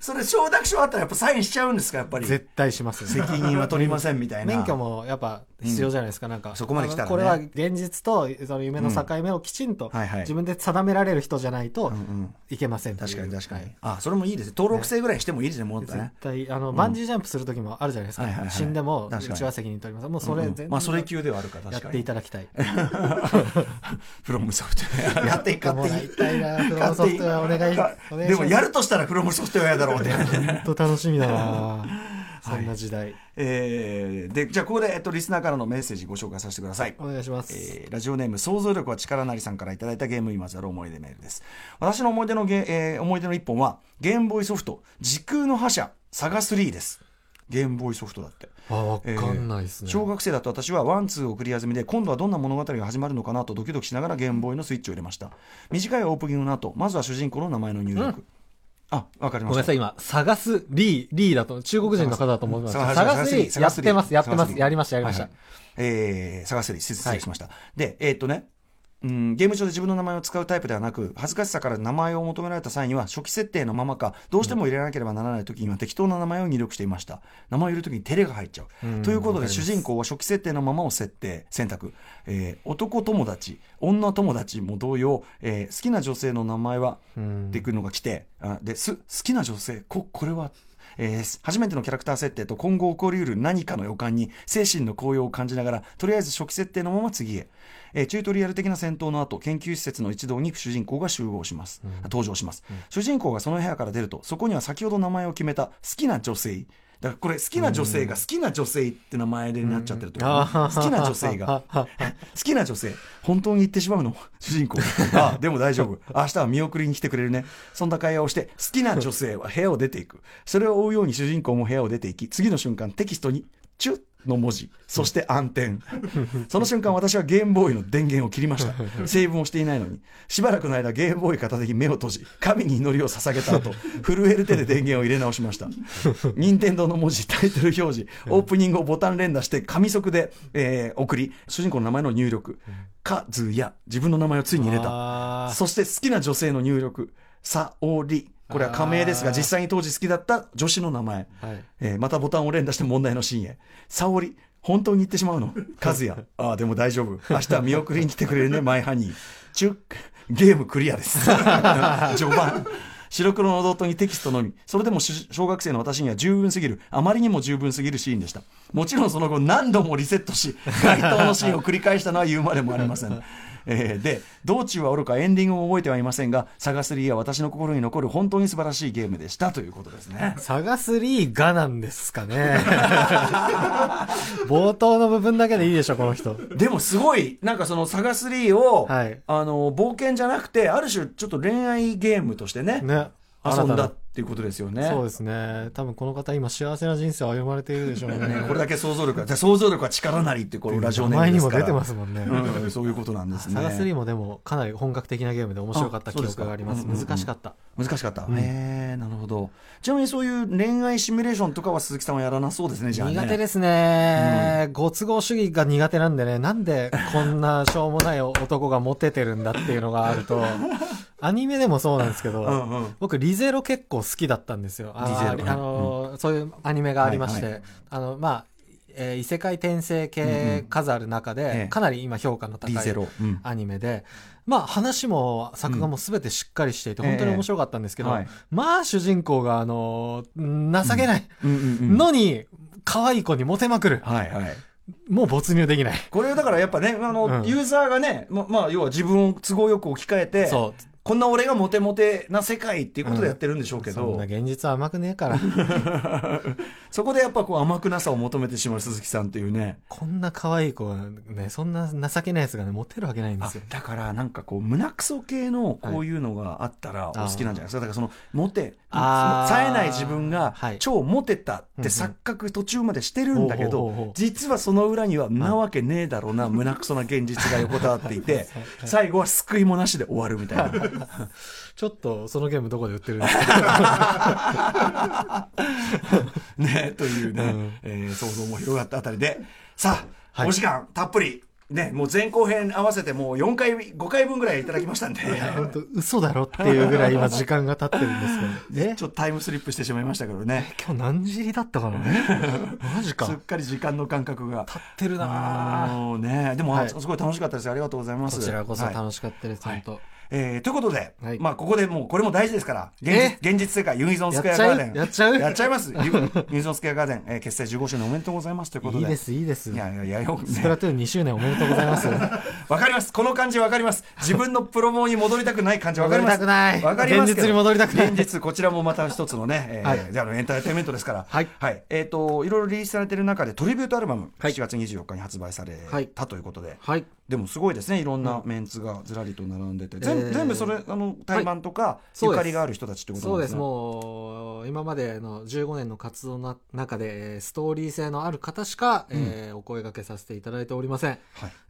[SPEAKER 1] それ承諾書あったらやっぱサインしちゃうんですかやっぱり責
[SPEAKER 3] 絶対しますね
[SPEAKER 1] 任は取りませんみたいな
[SPEAKER 3] 免許もやっぱ必要じゃないですか、なんか
[SPEAKER 1] そこまで来たらね
[SPEAKER 3] あのこれは現実とその夢の境目をきちんと
[SPEAKER 1] はいはい
[SPEAKER 3] 自分で定められる人じゃない
[SPEAKER 1] う
[SPEAKER 3] と
[SPEAKER 1] んうん
[SPEAKER 3] いけませんっていう
[SPEAKER 1] 確かに確かに
[SPEAKER 3] はい
[SPEAKER 1] あそれもいいですね登録制ぐらいしてもいいですねもっと
[SPEAKER 3] 絶
[SPEAKER 1] ね
[SPEAKER 3] 対あのバンジージャンプする時もあるじゃないですか、
[SPEAKER 1] はいはいはい
[SPEAKER 3] 死んでも
[SPEAKER 1] 確かに
[SPEAKER 3] うちは責任取りますもうそれ
[SPEAKER 1] うんう
[SPEAKER 3] 全
[SPEAKER 1] ん
[SPEAKER 3] 然
[SPEAKER 1] まあそれ級ではあるか
[SPEAKER 3] や
[SPEAKER 1] 確
[SPEAKER 3] っ
[SPEAKER 1] か
[SPEAKER 3] てい
[SPEAKER 1] に
[SPEAKER 3] ただきたい
[SPEAKER 1] [laughs] フロムソフトウェアやってい
[SPEAKER 3] もらいたい
[SPEAKER 1] [laughs]
[SPEAKER 3] なフロムソフトウェアお願い
[SPEAKER 1] か
[SPEAKER 3] お願いします
[SPEAKER 1] でもやるとしたらフロムソフトウェアだろうって感じでね [laughs]
[SPEAKER 3] 本当楽しみだなそんな時代、
[SPEAKER 1] えーでじゃあここで、えっと、リスナーからのメッセージご紹介させてください
[SPEAKER 3] お願いします、
[SPEAKER 1] えーラジオネーム想像力は力なりさんからいただいたゲームにまつわる思い出メールです私の思い出のゲ、えー思い出の一本はゲームボーイソフト時空の覇者サガ3ですゲームボーイソフトだって
[SPEAKER 3] あわかんないですね、
[SPEAKER 1] 小学生だと私はワンツーをクリア済みで今度はどんな物語が始まるのかなとドキドキしながらゲームボーイのスイッチを入れました短いオープニングの後まずは主人公の名前の入力、あわかり
[SPEAKER 3] ご
[SPEAKER 1] ま
[SPEAKER 3] め
[SPEAKER 1] し
[SPEAKER 3] んな
[SPEAKER 1] た
[SPEAKER 3] さい、今、探す、リー、リーだと、中国人の方だと思います。
[SPEAKER 1] 探す
[SPEAKER 3] 探す、リー、
[SPEAKER 1] 探
[SPEAKER 3] や
[SPEAKER 1] す
[SPEAKER 3] っ
[SPEAKER 1] リー
[SPEAKER 3] てます、やってま
[SPEAKER 1] 探すリ
[SPEAKER 3] す、
[SPEAKER 1] ー
[SPEAKER 3] やりました、やりました。
[SPEAKER 1] はいはいえー、探せり、失礼しました。で、えーっとね、うん、ゲーム上で自分の名前を使うタイプではなく恥ずかしさから名前を求められた際には初期設定のままかどうしても入れなければならない時には適当な名前を入力していました名前を入れる時に照れが入っちゃう、
[SPEAKER 3] うん
[SPEAKER 1] ということ
[SPEAKER 3] わ
[SPEAKER 1] で
[SPEAKER 3] かり
[SPEAKER 1] 主
[SPEAKER 3] ます
[SPEAKER 1] 人公は初期設定のままを設定選択、えー男友達女友達も同様、えー好きな女性の名前は
[SPEAKER 3] うん
[SPEAKER 1] ってくるのが来て、あです好きな女性ここれは、えー初めてのキャラクター設定と今後起こりうる何かの予感に精神の高揚を感じながらとりあえず初期設定のまま次へ、えーチュートリアル的な戦闘の後研究施設の一堂に主人公が集合します、登場します、主人公がその部屋から出るとそこには先ほど名前を決めた好きな女性だからこれ好きな女性が好きな女性って名前になっちゃってるってこと
[SPEAKER 3] あ
[SPEAKER 1] 思
[SPEAKER 3] ー
[SPEAKER 1] 好きな女性
[SPEAKER 3] [laughs]
[SPEAKER 1] が。 [laughs] 好きな女性、本当に言ってしまうの主人公。ああ、でも大丈夫。明日は見送りに来てくれるね。そんな会話をして、好きな女性は部屋を出ていく。それを追うように主人公も部屋を出ていき、次の瞬間テキストに、チュッの文字、そして暗転。その瞬間私はゲームボーイの電源を切りました。セーブもしていないのに。しばらくの間ゲームボーイ片手に目を閉じ、神に祈りを捧げた後、震える手で電源を入れ直しました。任天堂の文字、タイトル表示、オープニングをボタン連打して紙速で、えー送り、主人公の名前の入力、カズヤ、自分の名前をついに入れた。
[SPEAKER 3] あー
[SPEAKER 1] そして好きな女性の入力、サオリ、これは仮名ですが、
[SPEAKER 3] あー
[SPEAKER 1] 実際に当時好きだった女子の名前。
[SPEAKER 3] はい
[SPEAKER 1] えーまたボタンを連打して問題のシーンへ。沙織、本当に言ってしまうの和也。ああ、でも大丈夫。明日は見送りに来てくれるね、マイハニー。チュッ、ゲームクリアです。 [laughs] 序盤。白黒の弟にテキストのみ、それでもし小学生の私には十分すぎる、あまりにも十分すぎるシーンでした。もちろんその後何度もリセットし、該当のシーンを繰り返したのは言うまでもありません。えーで、道中はおろかエンディングも覚えてはいませんが、サガスリーは私の心に残る本当に素晴らしいゲームでしたということですね。
[SPEAKER 3] 探すリーがなんですかね。 [laughs] 冒頭の部分だけでいいでしょ、この人。
[SPEAKER 1] でもすごい、なんかそのサガスリーを、
[SPEAKER 3] はい
[SPEAKER 1] あの、冒険じゃなくて、ある種ちょっと恋愛ゲームとしてね、
[SPEAKER 3] ね。
[SPEAKER 1] 遊んだ
[SPEAKER 3] 新
[SPEAKER 1] ったていうことですよね。
[SPEAKER 3] なそうですね。多分この方今幸せな人生を歩まれているでしょうね。
[SPEAKER 1] ねこれだけ想像力が、じゃあ想像力は力なりってこうラジオネーム
[SPEAKER 3] 前
[SPEAKER 1] で
[SPEAKER 3] に
[SPEAKER 1] す
[SPEAKER 3] も
[SPEAKER 1] から。
[SPEAKER 3] 出てますもんね。
[SPEAKER 1] うんそういうことなんですね。
[SPEAKER 3] 探すリーもでもかなり本格的なゲームで面白かった
[SPEAKER 1] あそう
[SPEAKER 3] 記
[SPEAKER 1] ですか
[SPEAKER 3] 憶がありま
[SPEAKER 1] うん
[SPEAKER 3] す。
[SPEAKER 1] うんうん
[SPEAKER 3] 難しかった。
[SPEAKER 1] 難しかった。
[SPEAKER 3] ん
[SPEAKER 1] へえ、なるほど。ちなみにそういう恋愛シミュレーションとかは鈴木さんはやらなそうですね、じゃあ、ね。
[SPEAKER 3] 苦手ですね、ご都合主義が苦手なんでね、なんでこんなしょうもない男がモテてるんだっていうのがあ
[SPEAKER 1] [laughs]
[SPEAKER 3] ると、アニメでもそうなんですけど、
[SPEAKER 1] うんうん
[SPEAKER 3] 僕、リゼロ結構好きだったんですよ。あー
[SPEAKER 1] リゼロ
[SPEAKER 3] あのーそういうアニメがありまして、
[SPEAKER 1] はい
[SPEAKER 3] あの、まあ、えー異世界転生系数ある中で、
[SPEAKER 1] うんうんええ
[SPEAKER 3] かなり今評価の高い
[SPEAKER 1] リゼロ。うん
[SPEAKER 3] アニメで、まあ話も作画も全てしっかりしていて、
[SPEAKER 1] うん
[SPEAKER 3] 本当に面白かったんですけど、
[SPEAKER 1] ええはい
[SPEAKER 3] まあ主人公があの、情けない
[SPEAKER 1] うんうんうん
[SPEAKER 3] のに、可愛い子にモテまくる。
[SPEAKER 1] はいはい。
[SPEAKER 3] もう没入できない。
[SPEAKER 1] これだからやっぱね、あの、
[SPEAKER 3] うん
[SPEAKER 1] ユーザーがね、ま、まあ、要は自分を都合よく置き換えて、
[SPEAKER 3] そ
[SPEAKER 1] こんな俺がモテモテな世界っていうことでやってるんでしょう
[SPEAKER 3] う。
[SPEAKER 1] けど、
[SPEAKER 3] そんな現実は甘くねえから。
[SPEAKER 1] そこでやっぱこう甘くなさを求めてしまう鈴木さんっていうね。
[SPEAKER 3] こんな可愛い子がね、そんな情けないやつがね、モテるわけないんで
[SPEAKER 1] あ
[SPEAKER 3] すよ。
[SPEAKER 1] だからなんかこう胸くそ系のこういうのがあったらお好きなんじゃないですか、だからそのモテ
[SPEAKER 3] あー
[SPEAKER 1] 冴えない自分が
[SPEAKER 3] はい
[SPEAKER 1] 超モテたっ
[SPEAKER 3] うんう
[SPEAKER 1] て
[SPEAKER 3] ん
[SPEAKER 1] 錯覚途中までしてるんだけ
[SPEAKER 3] ほう
[SPEAKER 1] ど
[SPEAKER 3] ほうほうほう
[SPEAKER 1] 実はその裏にはなわけねえだろうな胸くそな現実が横たわって
[SPEAKER 3] [laughs]
[SPEAKER 1] いて最後は救いもなしで終わるみたいな
[SPEAKER 3] ちょっと、そのゲームどこで売ってるんですか
[SPEAKER 1] ねというね、
[SPEAKER 3] うん
[SPEAKER 1] えー想像も広がったあたりでさあ、
[SPEAKER 3] はい
[SPEAKER 1] お時間たっぷり。ね、もう前後編合わせてもう4回5回分ぐらいいただきましたんで
[SPEAKER 3] 本当嘘だろっていうぐらい今時間が経ってるんですけ [laughs] ど。え
[SPEAKER 1] ちょっとタイムスリップしてしまいましたけどね
[SPEAKER 3] 今日何時入りだったかなねマジか。
[SPEAKER 1] すっ
[SPEAKER 3] 経
[SPEAKER 1] かり時間の感覚が。
[SPEAKER 3] ってる
[SPEAKER 1] あ
[SPEAKER 3] なぁ
[SPEAKER 1] のね、でも、
[SPEAKER 3] はい
[SPEAKER 1] すごい楽しかったです。ありがとうございま
[SPEAKER 3] こ
[SPEAKER 1] す。
[SPEAKER 3] ちらこそ
[SPEAKER 1] はい
[SPEAKER 3] 楽しかったです、
[SPEAKER 1] はい
[SPEAKER 3] 本
[SPEAKER 1] えーということで、
[SPEAKER 3] はい
[SPEAKER 1] まあ、ここでもう、これも大事ですから、現
[SPEAKER 3] え
[SPEAKER 1] 実現実世界、ユニゾン
[SPEAKER 3] 当。や
[SPEAKER 1] ス
[SPEAKER 3] っ
[SPEAKER 1] ク
[SPEAKER 3] ち
[SPEAKER 1] エアガー
[SPEAKER 3] ゃ
[SPEAKER 1] デ
[SPEAKER 3] う
[SPEAKER 1] ン。
[SPEAKER 3] やっちゃう
[SPEAKER 1] やっちゃいます。ユユニゾンスクエアガーデン、えー結成15周年おめでとうございますということで。
[SPEAKER 3] いいです、いいです。
[SPEAKER 1] いやいやいや、よく、
[SPEAKER 3] スプ
[SPEAKER 1] ね
[SPEAKER 3] ラ、トゥーン2周年おめでとうござ
[SPEAKER 1] [laughs]
[SPEAKER 3] います。わ
[SPEAKER 1] わかります。この感じわかります。自分のプロモに戻りたくない感じわかり
[SPEAKER 3] り
[SPEAKER 1] ま
[SPEAKER 3] た
[SPEAKER 1] す
[SPEAKER 3] く。ない。
[SPEAKER 1] わかりますけど
[SPEAKER 3] 現実に戻りたくない。
[SPEAKER 1] 現実こちらもまた一つのね、えー
[SPEAKER 3] はい
[SPEAKER 1] じゃあのエンターテインメントですから、
[SPEAKER 3] はい
[SPEAKER 1] えっ、といろいろリリースされてる中でトリビュートアルバム、
[SPEAKER 3] はい
[SPEAKER 1] 7月24日に発売され
[SPEAKER 3] はい
[SPEAKER 1] たということで、
[SPEAKER 3] [laughs] はい。
[SPEAKER 1] でもすごいですねいろんなメンツがずらりと並んでて、全
[SPEAKER 3] えー
[SPEAKER 1] 全部それあの対バンとか、
[SPEAKER 3] そう
[SPEAKER 1] ゆ
[SPEAKER 3] です
[SPEAKER 1] かりがある人たちってこと
[SPEAKER 3] そう
[SPEAKER 1] なんで
[SPEAKER 3] ですす、
[SPEAKER 1] ね
[SPEAKER 3] もう、今までの15年の活動の中で、えーストーリー性のある方しか、えーお声掛けさせていただいておりません。
[SPEAKER 1] はい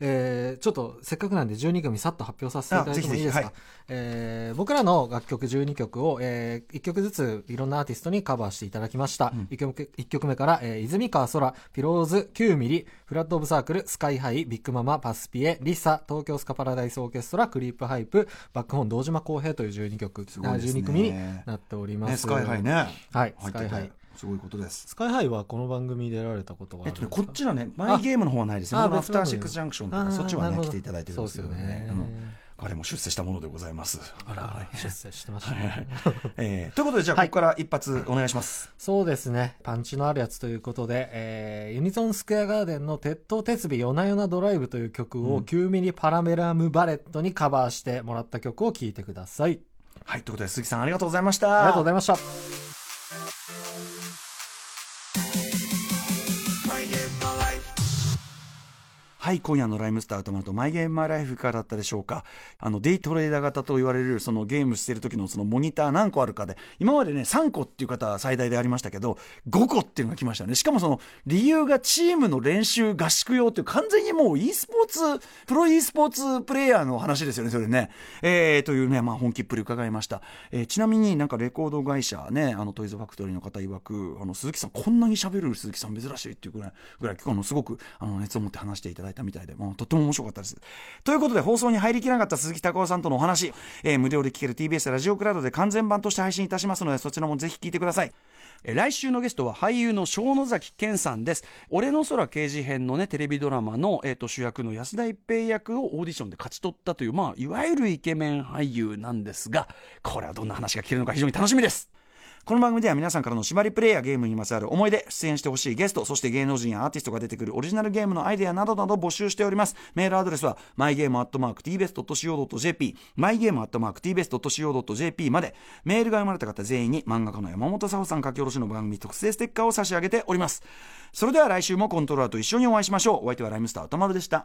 [SPEAKER 3] えーちょっとせっかくなんで12組さっと発表させていただいてもいいですか、
[SPEAKER 1] あぜひぜひはい
[SPEAKER 3] えー僕らの楽曲12曲を、え1曲ずついろんなアーティストにカバーしていただきました、
[SPEAKER 1] うん
[SPEAKER 3] 一曲一曲目から、えー泉川空ピローズ9ミリフラットオブサークルスカイハイビッグママパスピエリサ東京スカパラダイスオーケストラクリープハイプバックホーン堂島康平という12曲、
[SPEAKER 1] す
[SPEAKER 3] あ
[SPEAKER 1] ごいですね
[SPEAKER 3] 12組になっております、
[SPEAKER 1] ねスカイハイね
[SPEAKER 3] はいス
[SPEAKER 1] 入っ
[SPEAKER 3] カ
[SPEAKER 1] て
[SPEAKER 3] イハ
[SPEAKER 1] て
[SPEAKER 3] イ
[SPEAKER 1] すごいことです
[SPEAKER 3] スカイハイはこの番組で出られたことがあ
[SPEAKER 1] え
[SPEAKER 3] る
[SPEAKER 1] っ
[SPEAKER 3] んで
[SPEAKER 1] と
[SPEAKER 3] す
[SPEAKER 1] ね、
[SPEAKER 3] か
[SPEAKER 1] こっちはね、マイゲームの方はないですね。
[SPEAKER 3] あ
[SPEAKER 1] このア
[SPEAKER 3] 別
[SPEAKER 1] フター
[SPEAKER 3] の方ね
[SPEAKER 1] シックスジャンクションと
[SPEAKER 3] あ
[SPEAKER 1] か、
[SPEAKER 3] ー
[SPEAKER 1] そっちは
[SPEAKER 3] な
[SPEAKER 1] ね、
[SPEAKER 3] るほ
[SPEAKER 1] 来
[SPEAKER 3] ど
[SPEAKER 1] ていただいてるんですけど
[SPEAKER 3] そうです
[SPEAKER 1] ね。う
[SPEAKER 3] よね
[SPEAKER 1] ん彼も出世したものでございます。
[SPEAKER 3] あら、出世してましたね、
[SPEAKER 1] えーということで、じゃあ、こ
[SPEAKER 3] は
[SPEAKER 1] こ
[SPEAKER 3] い
[SPEAKER 1] から一発お願いします。
[SPEAKER 3] そうですね。パンチのあるやつということで、えーユニゾンスクエアガーデンの鉄塔鉄尾夜な夜なドライブという曲
[SPEAKER 1] う
[SPEAKER 3] を
[SPEAKER 1] ん
[SPEAKER 3] 9ミリパラメラムバレットにカバーしてもらった曲を聴いてください。
[SPEAKER 1] はい、ということで、鈴木さん、ありがとうございまし
[SPEAKER 3] あ
[SPEAKER 1] た。
[SPEAKER 3] りがとうございました。
[SPEAKER 1] はい、今夜のライムスター歌丸とマイゲームマイライフいかがだったでしょうか。あの、デイトレーダー型と言われる、そのゲームしてる時のそのモニター何個あるかで、今までね、3個っていう方は最大でありましたけど、5個っていうのが来ましたね。しかもその、理由がチームの練習合宿用っていう、完全にもう e スポーツ、プロ e スポーツプレイヤーの話ですよね、それね。えー、というね、まあ本気っぷり伺いました。えーちなみになんかレコード会社ね、あのトイズファクトリーの方曰く、あの鈴木さんこんなに喋る鈴木さん珍しいっていうぐらい、ぐらい、あのすごくあの熱を持って話していただいたみたいで、もうとっても面白かったです。ということで放送に入りきらなかった鈴木孝夫さんとのお話、えー無料で聴ける TBS ラジオクラウドで完全版として配信いたしますので、そちらもぜひ聞いてください。えー来週のゲストは俳優の小野崎健さんです。俺の空刑事編のね、テレビドラマの、えー、と主役の安田一平役をオーディションで勝ち取ったという、まあ、いわゆるイケメン俳優なんですが、これはどんな話が聞けるのか非常に楽しみです。この番組では皆さんからの縛りプレイやゲームにまつわる思い出、出演してほしいゲスト、そして芸能人やアーティストが出てくるオリジナルゲームのアイデアなどなど募集しております。メールアドレスは、mygame.tbest.co.jp、mygame.tbest.co.jp まで、メールが読まれた方全員に漫画家の山本沙穂さん書き下ろしの番組特製ステッカーを差し上げております。それでは来週もコントローラーと一緒にお会いしましょう。お相手はライムスター歌丸でした。